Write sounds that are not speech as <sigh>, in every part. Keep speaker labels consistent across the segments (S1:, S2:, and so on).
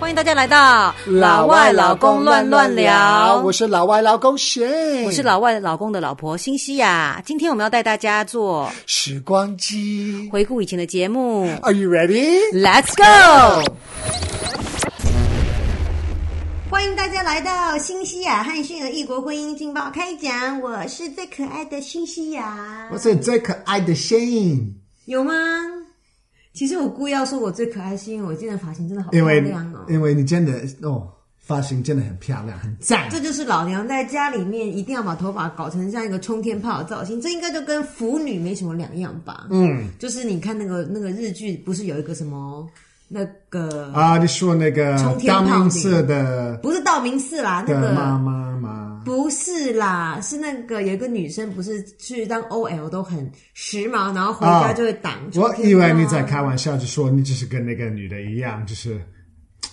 S1: 欢迎大家来到老外老公乱乱聊，
S2: 我是老外老公贤，
S1: 我是老外老公的老婆新西亚。今天我们要带大家做
S2: 时光机。
S1: 回顾以前的节目
S2: Are you ready？
S1: ，Let's go！
S3: 欢迎大家来到新西亚和逊儿异国婚姻劲爆开讲，我是最可爱的新西亚
S2: 我，是最可爱的 Shane，
S3: 有吗？其实我故意要说我最可爱，是因为我今天的发型真的好漂
S2: 因为
S3: 亮哦。
S2: 因为你真的哦，发型真的很漂亮，很赞。
S3: 这就是老娘在家里面一定要把头发搞成像一个冲天炮的造型，这应该就跟腐女没什么两样吧？
S2: 嗯
S3: 就是你看那个那个日剧，不是有一个什么那个、
S2: 啊，你说那个
S3: 冲天
S2: 大
S3: 炮顶
S2: 明寺的
S3: 不是道明寺啦，那
S2: 的
S3: 个
S2: 妈妈吗？
S3: 不是啦，是那个有一个女生，不是去当 OL 都很时髦，然后回家就会挡住、
S2: 啊我以为你在。开玩笑，就说你就是跟那个女的一样，就是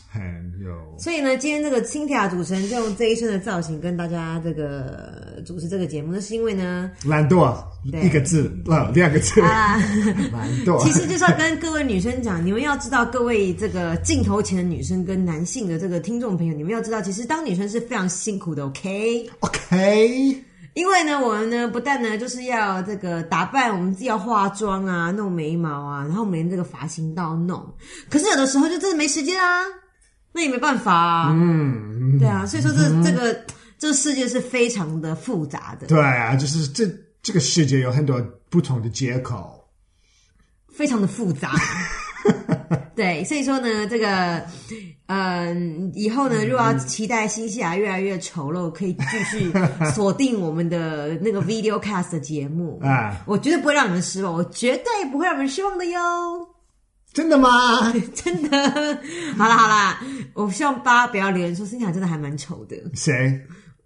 S2: 很有
S3: 所以呢，今天这个新跳主持人就用这一身的造型跟大家这个主持这个节目，那是因为
S2: <laughs>
S3: 呢，
S2: 懒惰，
S3: 对
S2: 一个字，呃，两个字，
S3: 啊，
S2: 懒惰。
S3: 其实就是要跟各位女生讲，你们要知道，各位这个镜头前的女生跟男性的这个听众朋友，你们要知道，其实当女生是非常辛苦的，OK？
S2: <laughs> OK，
S3: 因为呢，我们呢不但呢就是要这个打扮，我们自己要化妆啊，弄眉毛啊，然后我们连这个发型都要弄。可是有的时候就真的没时间啊，那也没办法啊。
S2: 嗯，
S3: 对啊，所以说这、这个这世界是非常的复杂的，
S2: 对啊，就是这这个世界有很多不同的接口。
S3: 非常的复
S2: <laughs>
S3: 杂。对，所以说呢，这个，嗯、以后呢，如果要期待新西兰越来越丑陋，可以继续锁定我们的那个 video cast 的节目
S2: 啊
S3: 我绝对不会让你们失望，我绝对不会让你们失望的哟。
S2: 真的吗？
S3: 真的，好啦好啦，我希望大家不要留言说新西兰真的还蛮丑的，
S2: 谁？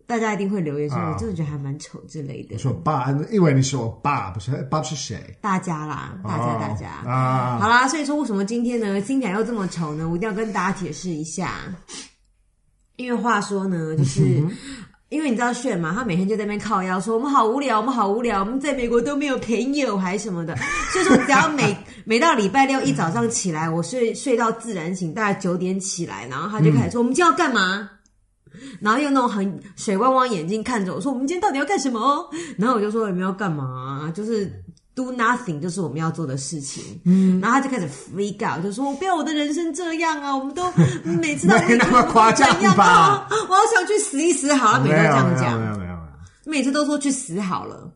S3: 大家一定会留言说
S2: 啊
S3: 我真的觉得还蛮丑之类的
S2: 我。说爸，因为你是我爸，不是爸是谁？
S3: 大家啦，大家大家。
S2: 哦啊
S3: 好啦，所以说为什么今天呢，新娘又这么丑呢？我一定要跟大家解释一下。因为话说呢，就是因为你知道炫嘛，他每天就在那边靠腰说我们好无聊，我们好无聊，我们在美国都没有朋友还什么的。 <laughs> 所以说，只要每每到礼拜六一早上起来，我睡睡到自然醒，大概九点起来，然后他就开
S2: 嗯
S3: 始说、我们今天要干嘛？然后用那种很水汪汪眼睛看着我说：“我们今天到底要干什么哦？”然后我就说：“我们要干嘛？就是 do nothing，就是我们要做的事情。”嗯，然后他就开始 freak out，就说：“我不要我的人生这样啊！我们都每次到
S2: 没 <laughs> 那么夸张
S3: 怎样
S2: 吧
S3: 啊？ <laughs> 我好想去死一死好了，每
S2: 没
S3: 次
S2: 有
S3: 都
S2: 啊没
S3: 这
S2: 有
S3: 样
S2: 没有没有
S3: 讲，
S2: 没有，
S3: 每次都说去死好了，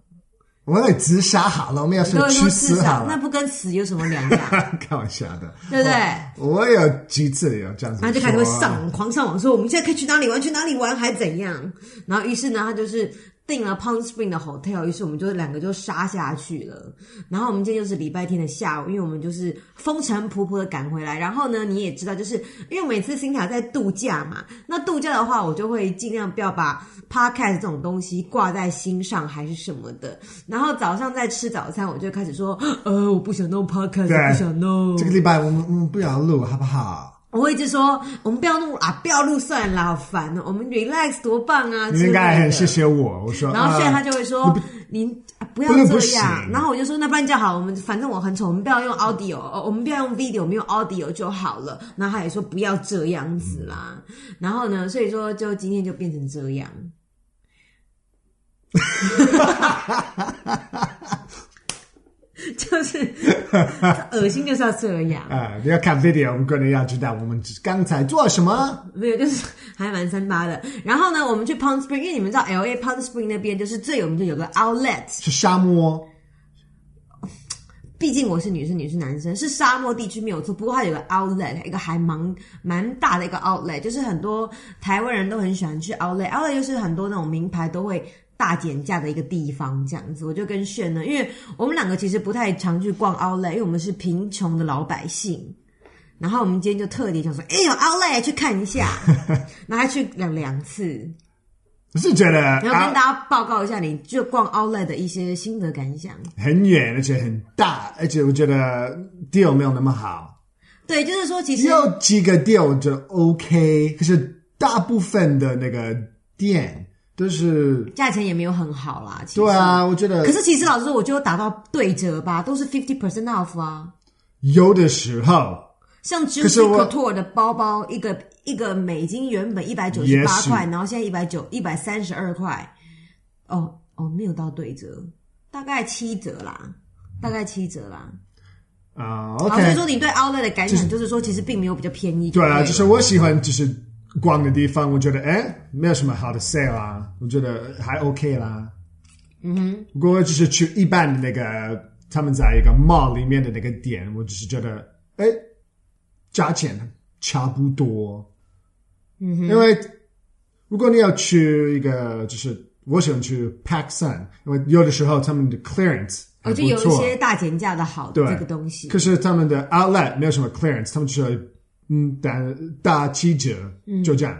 S2: 我得自杀好了，我们要是
S3: 都会说
S2: 去
S3: 至
S2: 死好
S3: 少 <laughs> 那
S2: 了。 <laughs>
S3: 不跟死有什么两样，
S2: 开玩笑的，
S3: 对不对？”
S2: <laughs> 我有几次有这样子说，
S3: 然后
S2: 啊
S3: 就开始会上网狂上网说我们现在可以去哪里玩，去哪里玩还怎样。然后于是呢，他就是订了 Palm Spring 的 hotel，于是我们就两个就杀下去了。然后我们今天就是礼拜天的下午，因为我们就是风尘仆仆的赶回来。然后呢，你也知道，就是因为每次新卡在度假嘛，那度假的话，我就会尽量不要把 podcast 这种东西挂在心上还是什么的。然后早上在吃早餐，我就开始说，呃，我不想弄 podcast，
S2: 对
S3: 我不想弄
S2: <laughs> 这个礼拜我们我们不要录好不好？
S3: 我一直说我们不要录啊，不要录算了，好烦哦。我们 relax 多棒啊！
S2: 你应该很谢
S3: 之类的。
S2: 谢我。我说，
S3: 然后现在他
S2: 啊
S3: 就会说您、啊不要
S2: 不能不
S3: 这
S2: 行
S3: 样，然后我就说那不然这样好，我们反正我很丑，我们不要用 audio，哦我们不要用 video，我们用 audio 就好了。然后他也说不要这样子啦。然后呢，所以说就今天就变成这
S2: <laughs>
S3: 样。就是恶心，就是要这样。
S2: 啊，你要看 video，我们可能要知道我们刚才做什么。
S3: 没有， <laughs> 就是还蛮三八的。然后呢，我们去 Palm Spring，因为你们知道 L A Palm Spring 那边就是最有名的有个 Outlet，
S2: 是沙漠，
S3: 毕竟我是女生，你是男生，是沙漠地区没有错。不过它有个 Outlet，一个还蛮蛮大的一个 Outlet，就是很多台湾人都很喜欢去 Outlet。Outlet 就是很多那种名牌都会。大减价的一个地方，这样子，我就跟炫呢，因为我们两个其实不太常去逛 Outlet，因为我们是贫穷的老百姓。然后我们今天就特地想说，哎、有 Outlet 去看一下，然后还去了两次。
S2: 我是觉得
S3: 然后跟
S2: 啊
S3: 大家报告一下，你就逛 Outlet 的一些心得感想。
S2: 很远，而且很大，而且我觉得 deal 没有那么好。
S3: 对，就是说，其实
S2: 有几个店我觉得 OK，可是大部分的那个店都是
S3: 价钱也没有很好啦。其实
S2: 对，啊，我觉得
S3: 可是其实老实说，我觉得打到对折吧，都是 fifty percent off 啊。
S2: 有的时候
S3: 像
S2: 可是
S3: Juicy
S2: 我
S3: Couture 的包包，一个一个美金原本一百九十
S2: 也
S3: 八
S2: 许
S3: 块，然后现在一百九一百三十二块，哦哦，没有到对折，大概七折啦，大概七折啦。
S2: 啊
S3: 好，所以
S2: ，OK，
S3: 说你对 Outlet 的感想就是说，其实并没有比较便宜。
S2: 对啊，
S3: 不
S2: 就是我喜欢就是逛的地方，我觉得哎，没有什么好的 sale 啊，我觉得还 OK 啦。
S3: 嗯哼，
S2: 不过就是去一般的那个他们在一个 mall 里面的那个店，我只是觉得哎，价钱差不多。
S3: 嗯
S2: 因为如果你要去一个就是我喜欢去 Pack Sun，因为有的时候他们的 clearance 还
S3: 而
S2: 不
S3: 且有一
S2: 错。
S3: 些大减价的好的
S2: 对
S3: 这个东西
S2: 可，是他们的 outlet 没有什么 clearance，他们只有嗯打打七折，
S3: 嗯
S2: 就这样。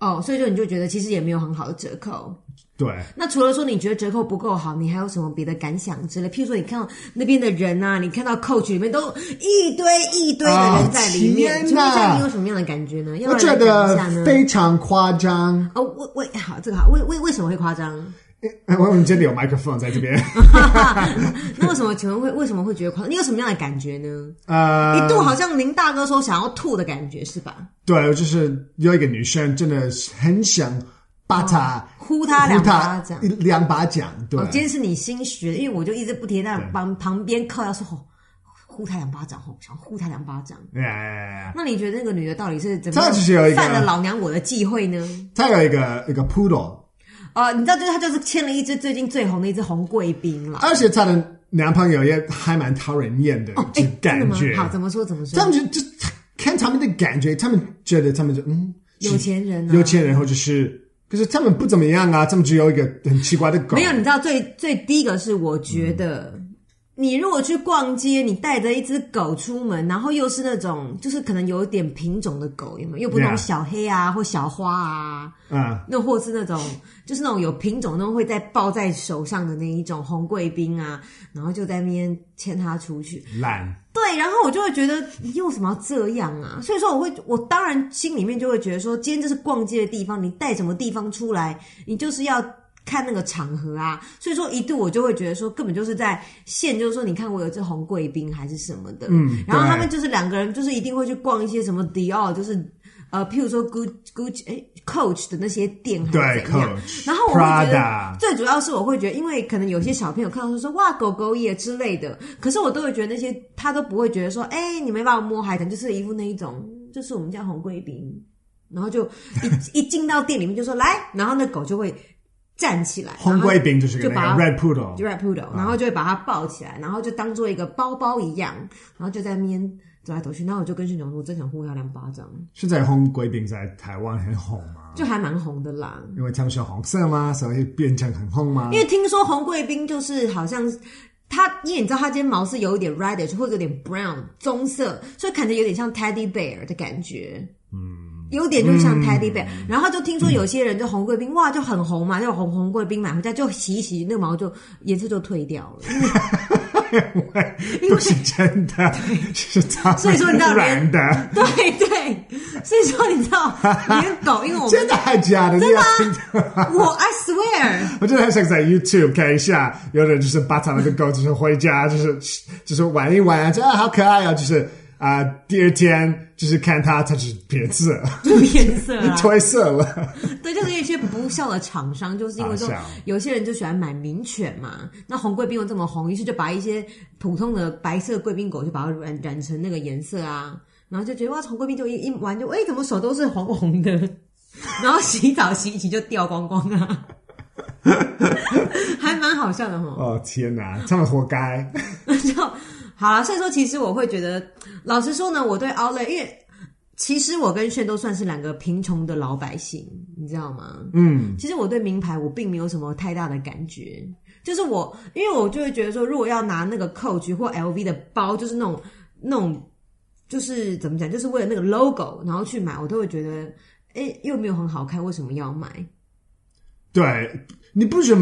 S3: 哦，所以就你就觉得其实也没有很好的折扣。
S2: 对，
S3: 那除了说你觉得折扣不够好，你还有什么别的感想之类？譬如说，你看到那边的人啊，你看到 Coach 里面都一堆一堆的人在里面，
S2: 啊
S3: 请问一
S2: 天
S3: 下
S2: 哪
S3: 你有什么样的感觉呢？要
S2: 我
S3: 不
S2: 觉
S3: 然来讲一下
S2: 得
S3: 呢？
S2: 非常夸张。 <laughs>
S3: 哦，为为好，这个好，为为为什么会夸张？ <laughs>
S2: 哎我们这里有麦克风在这边，
S3: 啊那为什么请问会为什么会觉得夸张？你有什么样的感觉呢？
S2: 呃，
S3: 一度好像林大哥说想要吐的感觉是吧？
S2: 对，就是有一个女生真的是很想把他、
S3: 呼他两巴
S2: 呼
S3: 掌
S2: 他。两巴掌，对，
S3: 哦，今天是你新学，因为我就一直不停地在旁旁边靠，要说哦，呼他两巴掌，哦，想呼他两巴掌。
S2: 哎
S3: 那你觉得那个女的到底是怎么
S2: 她只是有一个
S3: 犯了老娘我的忌讳呢？
S2: 他有一个一个 poodle，
S3: 呃，你知道，就是她就是签了一只最近最红的一只红贵宾啦。
S2: 而且她的男朋友也还蛮讨人厌的，就
S3: 哎、真的
S2: 感
S3: 吗？
S2: 觉。
S3: 好，怎么说怎么说
S2: 他？们就就看他们的感觉，他们觉得他们就嗯，
S3: 有钱人、啊，
S2: 有钱人或者是，可是他们不怎么样啊，他们只有一个很奇怪的狗。
S3: 没有，你知道最最第一个是我觉得。
S2: 嗯
S3: 你如果去逛街，你带着一只狗出门，然后又是那种就是可能有点品种的狗，有没有？又不是那种
S2: Yeah
S3: 小黑啊或小花啊，
S2: 啊，
S3: 那或是那种就是那种有品种那种会在抱在手上的那一种红贵宾啊，然后就在那边牵它出去。
S2: 懒，
S3: 对，然后我就会觉得你为什么要这样啊？
S2: 嗯
S3: 所以说我会，我当然心里面就会觉得说，今天这是逛街的地方，你带什么地方出来，你就是要看那个场合啊。所以说一度我就会觉得说，根本就是在现，就是说你看我有这红贵宾还是什么的，
S2: 嗯
S3: 然后他
S2: 对
S3: 们就是两个人就是一定会去逛一些什么迪奥，就是呃，譬如说 Gucci Gucci 哎 Coach 的那些店还是
S2: 对
S3: 怎样。
S2: ，coach，
S3: 然后我会觉得
S2: Prada，
S3: 最主要是我会觉得，因为可能有些小朋友看到说说哇狗狗也之类的，可是我都会觉得那些他都不会觉得说，哎、你没把我摸孩子，就是一副那一种，就是我们家红贵宾，然后就一一进到店里面就说来，然后那狗就会站起来，
S2: 红贵宾就是
S3: 就
S2: 个
S3: 把
S2: 那个 red 啊 poodle，
S3: red poodle，然后就会把它抱起来，然后就当做一个包包一样，然后就在那边走来走去，然后我就跟训长说，我真想呼他两巴掌，
S2: 现在红贵宾在台湾很红嘛，
S3: 就还蛮红的啦。
S2: 因为他们是红色嘛，所以变成很红嘛
S3: 因。为听说红贵宾就是好像是它，因为你知道它今天毛是有一点 reddish 或者有点 brown 棕色，所以看着有点像 teddy bear 的感觉。嗯，有点就像 teddy bear，、然后就听说有些人就红贵宾，哇，就很红嘛，就红红贵宾买回家就洗一洗，那个毛就颜色就褪掉了。 <laughs>
S2: <laughs> 不是真的，是他们
S3: 所以说你知道连
S2: 染的，
S3: 对对，所以说你知 <laughs> 道，连狗，因为我
S2: 真
S3: 们
S2: 的还假的？真的。
S3: 我 I swear。
S2: 我真的很想在 YouTube 看一下，有人就是把他们的狗就是回家，就是就是玩一玩啊，就啊好可爱啊，就是啊、第二天就是看它，它就是
S3: <laughs>
S2: 变色，，
S3: 就变色啊啦
S2: <laughs> 褪色了。
S3: <laughs> 对，就是有一些不孝的厂商，就是因为说
S2: 啊是啊
S3: 有些人就喜欢买名犬嘛，那红贵宾又这么红，于是就把一些普通的白色贵宾狗就把它染染成那个颜色啊，然后就觉得哇，红贵宾就一一玩就哎、怎么手都是红红的， <laughs> 然后洗澡洗一洗就掉光光啊， <laughs> 还蛮好笑的哈。
S2: 哦天哪，他们活该。
S3: 就好了。所以说，其实我会觉得，老实说呢，我对 Outlet，因为其实我跟炫都算是两个贫穷的老百姓，你知道吗？
S2: 嗯，
S3: 其实我对名牌我并没有什么太大的感觉，就是我因为我就会觉得说，如果要拿那个 Coach 或 LV 的包，就是那种那种就是怎么讲，就是为了那个 logo 然后去买，我都会觉得。哎，又没有很好看，为什么要买？
S2: 对，你不是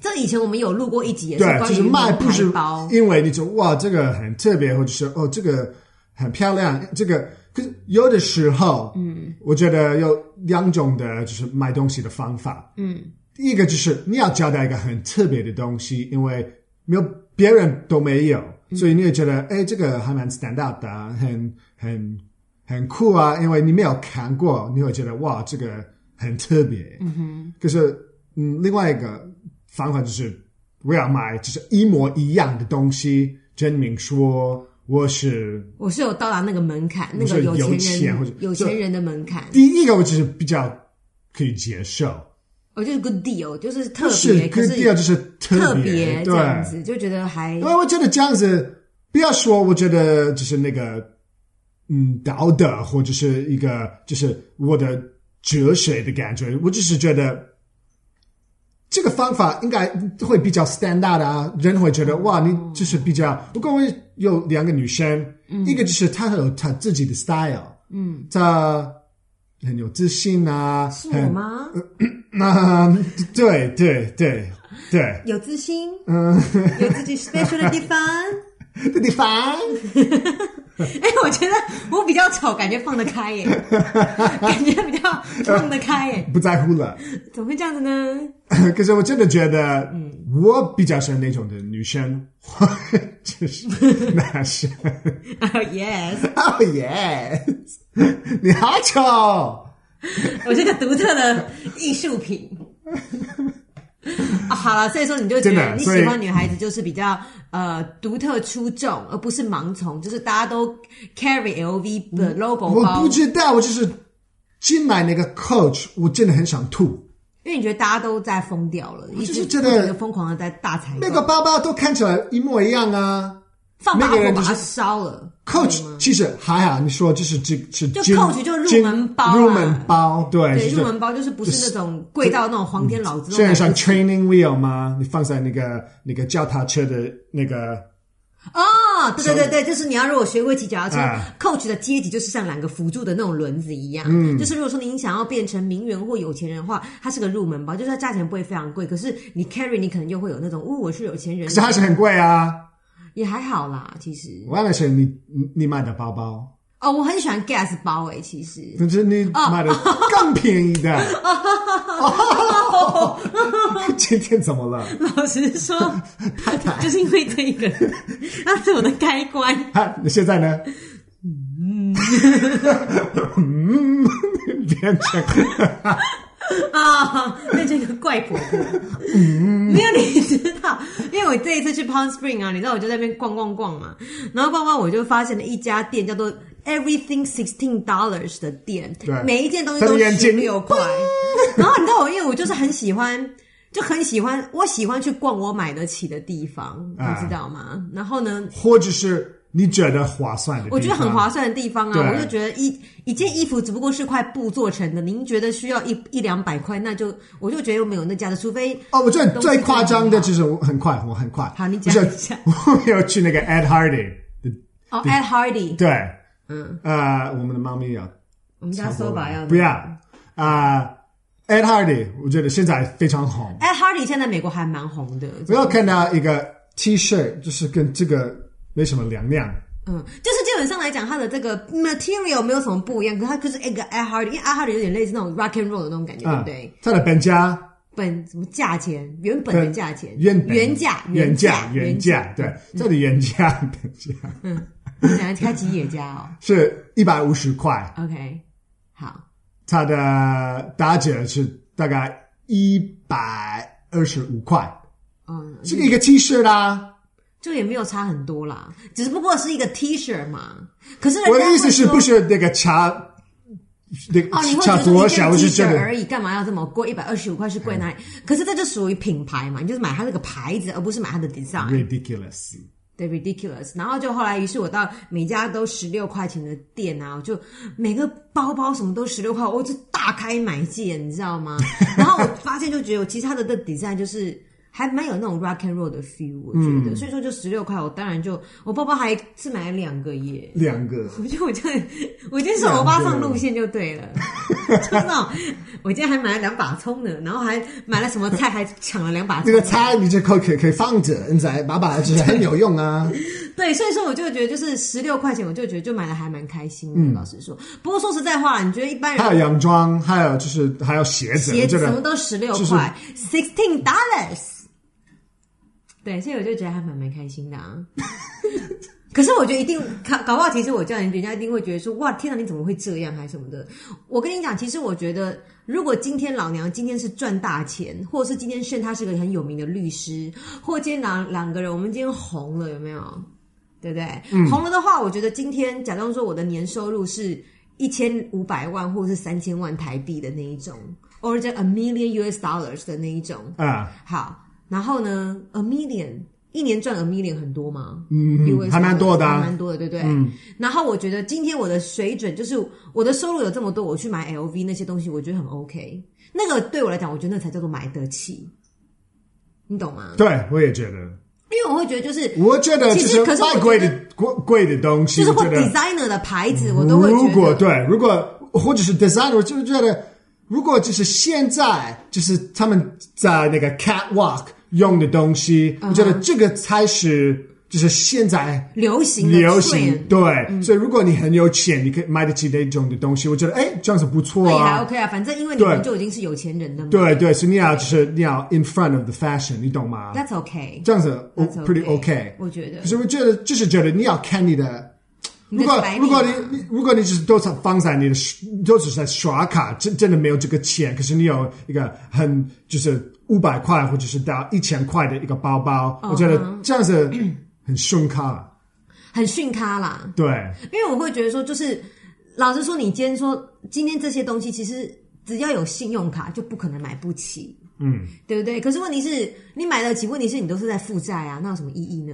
S3: 这以前我们有录过一集，也是
S2: 对，
S3: 关
S2: 就
S3: 于
S2: 是
S3: 名牌
S2: 卖不是
S3: 包，
S2: 因为你说哇这个很特别，或者是哦这个很漂亮，这个可是有的时候，嗯，我觉得有两种的就是买东西的方法，
S3: 嗯，
S2: 第一个就是你要交代一个很特别的东西，因为
S3: 嗯
S2: 没有别人都没有，所以你也觉得哎，这个还蛮 stand out 的啊，很很很酷啊，因为你没有看过，你会觉得哇，这个很特别。嗯哼。可是，嗯，另外一个方法就是我要买就是一模一样的东西，证明说我是
S3: 我是有到达那个门槛，那
S2: 不
S3: 个
S2: 是
S3: 有钱人
S2: 有钱或者
S3: 有钱人的门槛，
S2: 第一个，我就是比较可以接受，
S3: 我哦就是 good deal，就是特
S2: 是
S3: 别，
S2: 第
S3: 可
S2: 二就是
S3: 特
S2: 别，
S3: 这
S2: 对。嗯
S3: 样子，就觉得还
S2: 因为我觉得这样子，不要说我觉得就是那个，嗯，道德或者是一个就是我的哲学的感觉，我只是觉得这个方法应该会比较 standard 啊，人会觉得哇，你就是比较。不过我有两个女生，一个就是她有她自己的 style，
S3: 嗯，
S2: 她很有自信啊，
S3: 是我
S2: 很
S3: 吗？
S2: 那、对对对对，
S3: 有自信，
S2: 嗯，
S3: 有自己 special 的地
S2: <laughs>
S3: 方。
S2: 这地方。
S3: 哎、我觉得我比较丑，感觉放得开
S2: <laughs>
S3: 耶，感觉比较放得开耶，
S2: 不在乎了，
S3: 怎么会这样子呢？ <laughs>
S2: <coughs> 可是我真的觉得，嗯我比较喜欢那种的女生， <laughs>
S3: <laughs>
S2: 就是男生。
S3: 啊、yes，
S2: 哦耶， <laughs> 你好丑！
S3: <laughs> 我这个独特的艺术
S2: <laughs>
S3: 品。啊、好了，所以说你就觉
S2: 真
S3: 得
S2: 的
S3: 你
S2: 所以
S3: 喜欢女孩子就是比较呃独特出众，而不是盲从，就是大家都 carry LV 的 logo
S2: 嗯我
S3: 包
S2: 不，知道，我就是进来那个 coach，我真的很想吐。
S3: 因为你觉得大家都在疯掉了，一
S2: 就是
S3: 直
S2: 觉得
S3: 不停地疯狂的在大采购，
S2: 那个包包都看起来一模一样啊。
S3: 放大
S2: 那个
S3: 火
S2: 人
S3: 把
S2: 就是
S3: 它烧了。
S2: coach 其实还好，你说就是这是
S3: 嗯就
S2: 进
S3: coach 就入
S2: 进
S3: 门包啊
S2: 入门包对，
S3: 对，
S2: 就是
S3: 入门包就是不是那种贵到那种黄天老子那
S2: 虽
S3: 种感
S2: 然像
S3: 觉。
S2: training wheel 吗？你放在那个那个脚踏车的那个，
S3: 哦，对对对对，就是你要如果学会骑脚踏车、
S2: 啊
S3: c o a c h 的阶级就是像两个辅助的那种轮子一样。
S2: 嗯
S3: 就是如果说你想要变成名媛或有钱人的话，它是个入门包，就是它价钱不会非常贵，可是你 carry 你可能又会有那种，哦，我是有钱人
S2: 可，是还是很贵啊。
S3: 也还好啦，其实。
S2: 我那是你你你买的包包，
S3: 哦，我很喜欢 gas 包诶、其
S2: <laughs>
S3: 实。
S2: 可是你买的
S3: 哦
S2: 更便宜
S3: <laughs>
S2: 的。今天怎么了？
S3: 老实说，就是因为这
S2: <laughs>
S3: 个，它是我的开关。
S2: 啊，你现在呢？嗯，变成
S3: <laughs> 啊，那这个怪婆婆，
S2: 嗯
S3: 没有你知道，因为我这一次去 Palm Spring 啊，你知道我就在那边逛逛逛嘛，然后逛逛我就发现了一家店叫做 Everything Sixteen Dollars 的店
S2: 对，
S3: 每一件东西都
S2: 他的眼
S3: 十
S2: 睛
S3: 六块，然后你知道我，因为我就是很喜欢。就很喜欢，我喜欢去逛我买得起的地方，
S2: 啊
S3: 你知道吗？然后呢，
S2: 或者是你觉得划算的地方，
S3: 我觉得很划算的地方啊，
S2: 对
S3: 我就觉得一一件衣服只不过是块布做成的，您觉得需要一一两百块，那就我就觉得没有那价值，除非
S2: 哦，我觉得最夸张的
S3: 东西
S2: 就是我很快，我很快。
S3: 好你讲
S2: 我就
S3: 一下
S2: <laughs> 我有去那个 Ed Hardy 的，
S3: 哦，Ed Hardy，
S2: 对，
S3: 嗯，
S2: 呃，我们的猫咪要
S3: 我们家 Soba 要
S2: 不要啊、e d Hardy，我觉得现在非常红。
S3: Ed Hardy 现在美国还蛮红的，
S2: 我有看到一个 T 恤，就是跟这个没什么两样，
S3: 嗯，就是基本上来讲，它的这个 material 没有什么不一样，可是它就是一个 Ed Hardy，因为 Ed Hardy 有点类似那种 rock and roll 的那种感觉，对
S2: 啊、
S3: 不对？
S2: 它的本家
S3: 本什么价钱，原本的价钱，
S2: 原本
S3: 原价，
S2: 原价
S3: 原嗯
S2: 原价，对，这里原价 <laughs> 本价
S3: 你 <laughs> 想要开吉野家哦
S2: 是一百五十块，
S3: ，OK，好。
S2: 它的打折是大概一百二十五块，
S3: 嗯，
S2: 这个一个 T 恤啦、
S3: 就也没有差很多啦，只不过是一个 T 恤嘛。可是人家
S2: 我的意思是，
S3: 会说
S2: 不是那个茶，那个
S3: 哦，你会觉
S2: 茶
S3: 得
S2: 多
S3: 一
S2: 少？
S3: 件
S2: 我
S3: T
S2: 是觉哎
S3: 恤
S2: 得
S3: 而已，干嘛要这么贵？一百二十五块是贵哪里？可是这就属于品牌嘛，你就是买它这个牌子，而不是买它的 design，
S2: ridiculous。
S3: 对，ridiculous。然后就后来，于是我到每家都十六块钱的店啊，我就每个包包什么都十六块，我就大开买戒，你知道吗？ <laughs> 然后我发现就觉得，其实它的这 design 就是。还蛮有那种 rock and roll 的 feel，我觉
S2: 嗯
S3: 得，所以说就十六块，我当然就我包包还是买了两个耶， <laughs>
S2: 两个，
S3: 我觉得我就我就是欧巴上路线就对了，就是那种 <laughs> 我今天还买了两把葱呢，然后还买了什么菜，还抢了两把
S2: 这
S3: 葱
S2: 个。菜你就可以可以可以放着，你在爸爸就是很有用啊。
S3: 对，所以说我就觉得就是十六块钱，我就觉得就买的还蛮开心
S2: 嗯
S3: 的。老实说，不过说实在话，你觉得一般
S2: <laughs> 还有
S3: 人
S2: 洋装，还有就是还有鞋子，
S3: 鞋
S2: 我觉
S3: 子什么
S2: 得
S3: 都十六
S2: 就是
S3: 块，sixteen dollars。对，所以我就觉得还蛮蛮开心的啊。可是我觉得一定搞搞不好，其实我叫你，人家一定会觉得说：“哇，天哪，你怎么会这样？”还什么的。我跟你讲，其实我觉得，如果今天老娘今天是赚大钱，或者是今天炫他是个很有名的律师，或今天两两个人，我们今天红了，有没有？对不对？红了的话，我觉得今天假装说我的年收入是一千五百万或者是三千万台币的那一种，or 者 a million US dollars 的那一种，
S2: 啊，
S3: 好，然后呢，a million 一年赚 a million 很多吗？
S2: 嗯
S3: US
S2: 还蛮多的啊
S3: 还蛮多的，对不对？然后我觉得今天我的水准就是我的收入有这么多，我去买 LV 那些东西，我觉得很 OK。那个对我来讲，我觉得那才叫做买得起，你懂吗？
S2: 对我也觉得，
S3: 因为我会觉得就是
S2: 我觉得就
S3: 其实可是我
S2: 卖贵
S3: 觉
S2: 的贵贵的东西，
S3: 就是
S2: 我
S3: 或
S2: 觉得
S3: designer 的牌子，我都会
S2: 如
S3: 觉
S2: 果
S3: 得。
S2: 对，如果或者是 designer，我就是觉得，如果就是现在就是他们在那个 catwalk 用的东西，
S3: 嗯
S2: 我觉得这个才是就是现在
S3: 流行的 trend
S2: 流行。对，
S3: 嗯
S2: 所以如果你很有钱，你可以买得起那种的东西，我觉得哎，这样子不错
S3: 那也还
S2: 啊。
S3: OK 啊，反正因为你们
S2: 对
S3: 就已经是有钱人了嘛，
S2: 对对，所以你要就是你要 in front of the fashion，你懂吗？
S3: ，That's OK，
S2: 这样子哦
S3: That's
S2: pretty OK。
S3: 我觉得
S2: 可。是我觉得就是觉得你要看你的。
S3: 你的啊
S2: 如果
S3: 财力
S2: 如果
S3: 嘛
S2: 你你如果你只是都是放在你的都只是在刷卡，真真的没有这个钱，可是你有一个很就是五百块或者是到一千块的一个包包，
S3: 哦
S2: 我觉得
S3: 嗯
S2: 这样子很顺咖。
S3: 很逊咖啦，
S2: 对，
S3: 因为我会觉得说，就是老实说，你今天说今天这些东西，其实只要有信用卡就不可能买不起，
S2: 嗯，
S3: 对不对？可是问题是你买得起，问题是你都是在负债啊，那有什么意义呢？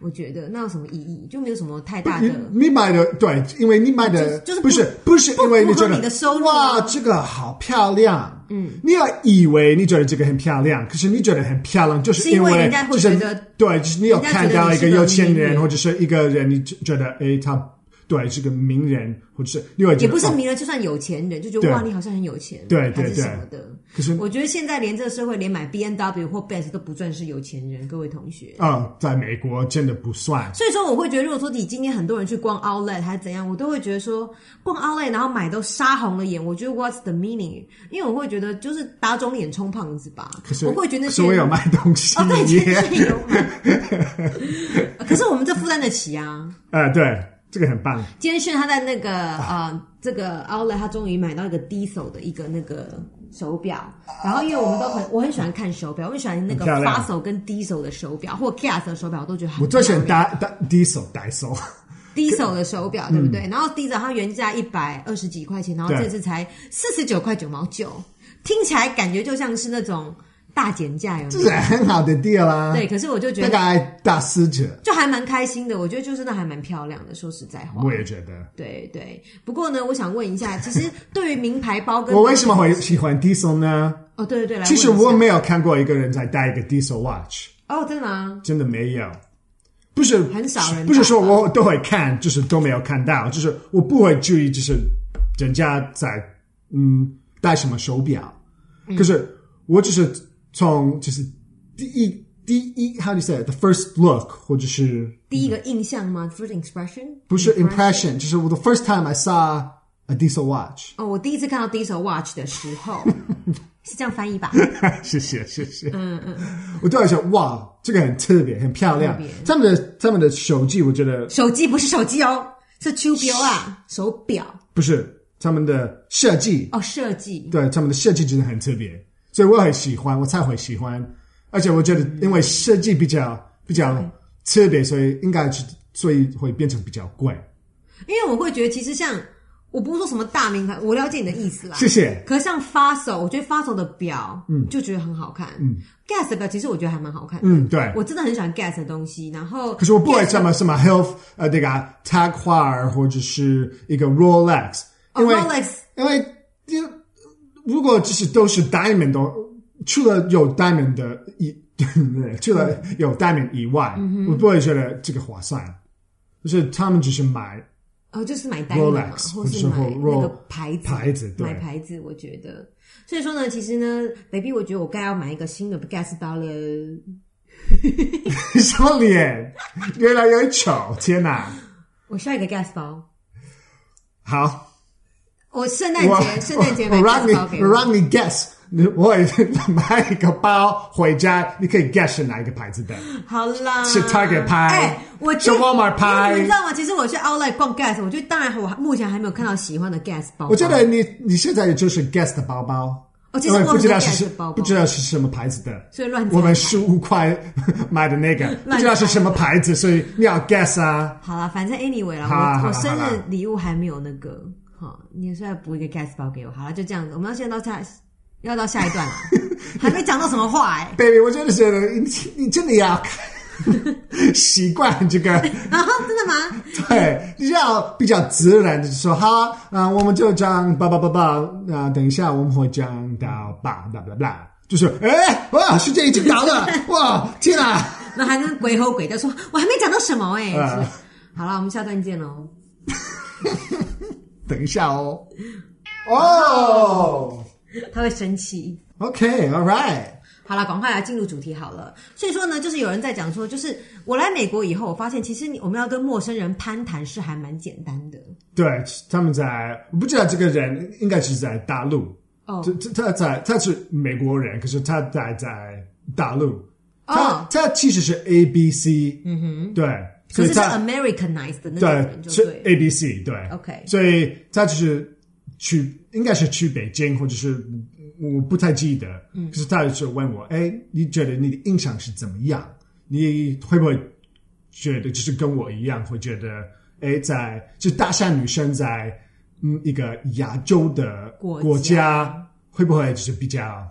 S3: 我觉得那有什么意义？就没有什么太大
S2: 你
S3: 的。
S2: 你买的对，因为你买的
S3: 就是就是不
S2: 不是不是
S3: 不
S2: 因为
S3: 符合
S2: 觉得
S3: 你的收入啊
S2: 哇，这个好漂亮，嗯，你要以为你觉得这个很漂亮，可是你觉得很漂亮，就是
S3: 是因为
S2: 为
S3: 人家会
S2: 就是
S3: 觉得
S2: 对，就是你有
S3: 人家
S2: 看
S3: 觉得
S2: 到
S3: 你
S2: 一
S3: 是
S2: 个
S3: 个
S2: 有钱
S3: 名人
S2: 人或者是一个人，你就觉得诶，他对是个名人，或者是另外哦
S3: 也不是
S2: 名，
S3: 名人，就算有钱人，就觉得
S2: 对
S3: 哇，你好像很有钱，
S2: 对对
S3: 还是
S2: 对
S3: 什么的。
S2: 可是
S3: 我觉得现在连这个社会，连买 B N W 或 Benz 都不算是有钱人，各位同学。
S2: 啊、在美国真的不算，
S3: 所以说，我会觉得，如果说你今天很多人去逛 Outlet 还是怎样，我都会觉得说，逛 Outlet 然后买都杀红了眼，我觉得 What's the meaning？因为我会觉得就是打肿脸充胖子吧。
S2: 可是
S3: 我会觉得那
S2: 可
S3: 些
S2: 是我有卖东西，
S3: 哦，对，真是有买。 <laughs> 可是我们这负担得起啊。
S2: 呃，对，这个很棒，
S3: 今天炫他在那个
S2: <laughs>
S3: 呃这个 Outlet，他终于买到一个 Diesel 的一个那个手表。然后因为我们都很我很喜欢看手表，我很喜欢那个
S2: 很漂亮
S3: Fossil 跟 Diesel 的手表或 Gas 的手表，我都觉得很
S2: 我最喜
S3: 漂
S2: 欢
S3: 亮
S2: 打打低手打手， <laughs>
S3: Diesel 的手表，对不对？然后 Diesel 它原价一百二十几块钱，然后
S2: 嗯对
S3: 这次才四十九块九毛九，听起来感觉就像是那种大减价，有
S2: 这
S3: 没
S2: 是啊
S3: 有？
S2: 很好的 deal 啊啦，
S3: 对，可是我就觉
S2: 大
S3: 得
S2: 概打四折。
S3: 就还蛮开心的，我觉得就是那还蛮漂亮的，说实在话。
S2: 我也觉得。
S3: 对对，不过呢，我想问一下，其实对于名牌包跟
S2: <laughs> 我为什么会喜欢 Diesel 呢？
S3: 哦，对对对，来
S2: 其实
S3: 问一下
S2: 我没有看过一个人在戴一个 Diesel watch，
S3: 哦，真的吗？
S2: 真的没有。不是
S3: 很少人戴吧
S2: 不是说我都会看，就是都没有看到，就是我不会注意，就是人家在嗯戴什么手表。可
S3: 嗯
S2: 是我只是从就是第一第一 how do you say it? the first look 或者是
S3: 第一个印象吗？First impression？
S2: 不是 impression，就是我的 first time I saw a Diesel watch
S3: 哦，我第一次看到 Diesel watch 的时候， <laughs> 是这样翻译吧？
S2: <laughs> 谢谢谢谢。
S3: 嗯嗯，
S2: 我突然想，哇，这个很特别，很漂亮
S3: 特别。
S2: 他们的他们的手机，我觉得
S3: 手机不是手机哦，是 Q 标啊，手表
S2: 不是他们的设计，
S3: 哦，设计。
S2: 对他们的设计真的很特别，所以我很喜欢，我才会喜欢。而且我觉得，因为设计比较比较特别，所以应该是所以会变成比较贵。
S3: 因为我会觉得，其实像我不是说什么大名牌，我了解你的意思啦。
S2: 谢谢。
S3: 可是像发手，我觉得发手的表，嗯，就觉得很好看。嗯，Gas 的表其实我觉得还蛮好看的。
S2: 嗯，对。
S3: 我真的很喜欢 Gas 的东西。然后，
S2: 可是我不会什么什么 health 呃那个 Tag 花儿或者是一个 Rolex，
S3: 哦
S2: 因为。
S3: Rolex
S2: 因为因为如果就是都是 diamond 的，除了有 diamond 的以， <laughs> 除了有 diamond 以外，
S3: 嗯
S2: 我不会觉得这个划算。就是他们只是买， <laughs>
S3: 哦，就是买单嘛，
S2: Rolex，
S3: 或
S2: 或者
S3: 是
S2: 是
S3: 买
S2: 或
S3: 那个
S2: Rolex，
S3: 牌子，
S2: 牌子对
S3: 买牌子，我觉得。所以说呢，其实呢，baby，我觉得我该要买一个新的 gas 包了。
S2: 什么脸越来越丑，天哪！
S3: 我需要一个 gas 包。
S2: 好，
S3: 我圣诞节圣诞节
S2: 我
S3: 买
S2: 我
S3: 蛋
S2: 让你
S3: 糕给
S2: 我让你 guess，你我也买一个包回家，你可以 guess 是哪一个牌子的。
S3: 好啦，
S2: 是 Target 拍
S3: 哎，我去
S2: 是 Walmart 拍
S3: 因为你们知道吗？其实我去 Outlet 逛 Guess，我觉得当然我目前还没有看到喜欢的 Guess 包包。
S2: 我觉得你你现在就是 guess 的包包，
S3: 哦其
S2: 因
S3: 实
S2: 为
S3: 我
S2: 不知道
S3: 很多 Guess
S2: 是
S3: 的包包
S2: 不知道是什么牌子的，
S3: 所以乱猜
S2: 我们十五块买的那个，不知道是什么牌子，所以你要 guess 啊。
S3: 好啦，反正 anyway 啦，
S2: 好啦
S3: 我
S2: 好啦
S3: 我生
S2: 好
S3: 日
S2: 啦
S3: 礼物还没有那个，好，你是要补一个 Guess 包给我？好了，就这样子，我们要现在到下要到下一
S2: <laughs>
S3: 段了，还没讲到什么话哎、
S2: baby，我真的觉得你你真的要 <laughs> 习惯这个，
S3: 啊，真的吗？
S2: 对，要比较自然的说好，啊、我们就讲叭叭叭叭，啊、等一下我们会讲到叭叭叭叭，就是哎哇，世界已经倒了，哇天啊！
S3: 那还能鬼吼鬼叫说，我还没讲到什么哎、
S2: 啊
S3: 是好了，我们下段见哦喽。
S2: 等一下哦，哦
S3: 他会生气。
S2: ，OK，All right，
S3: 好了，赶快来进入主题好了。所以说呢，就是有人在讲说，就是我来美国以后，我发现其实你我们要跟陌生人攀谈是还蛮简单的
S2: 对，他们在，我不知道这个人应该是在大陆，
S3: 哦
S2: 这这他在他是美国人，可是他待在大陆，他、
S3: 哦
S2: 他其实是 A B C，嗯哼，对，
S3: 可
S2: 所以
S3: 是是
S2: 他
S3: Americanized 的那种人
S2: 对
S3: 就是对了。
S2: A B C，对
S3: OK
S2: 所以他就是去应该是去北京，或者是我不太记得，
S3: 嗯
S2: 可是他就问我，哎，你觉得你的印象是怎么样？你会不会觉得就是跟我一样，会觉得哎，在就大善女生在嗯一个亚洲的
S3: 国家
S2: 国家会不会就是比较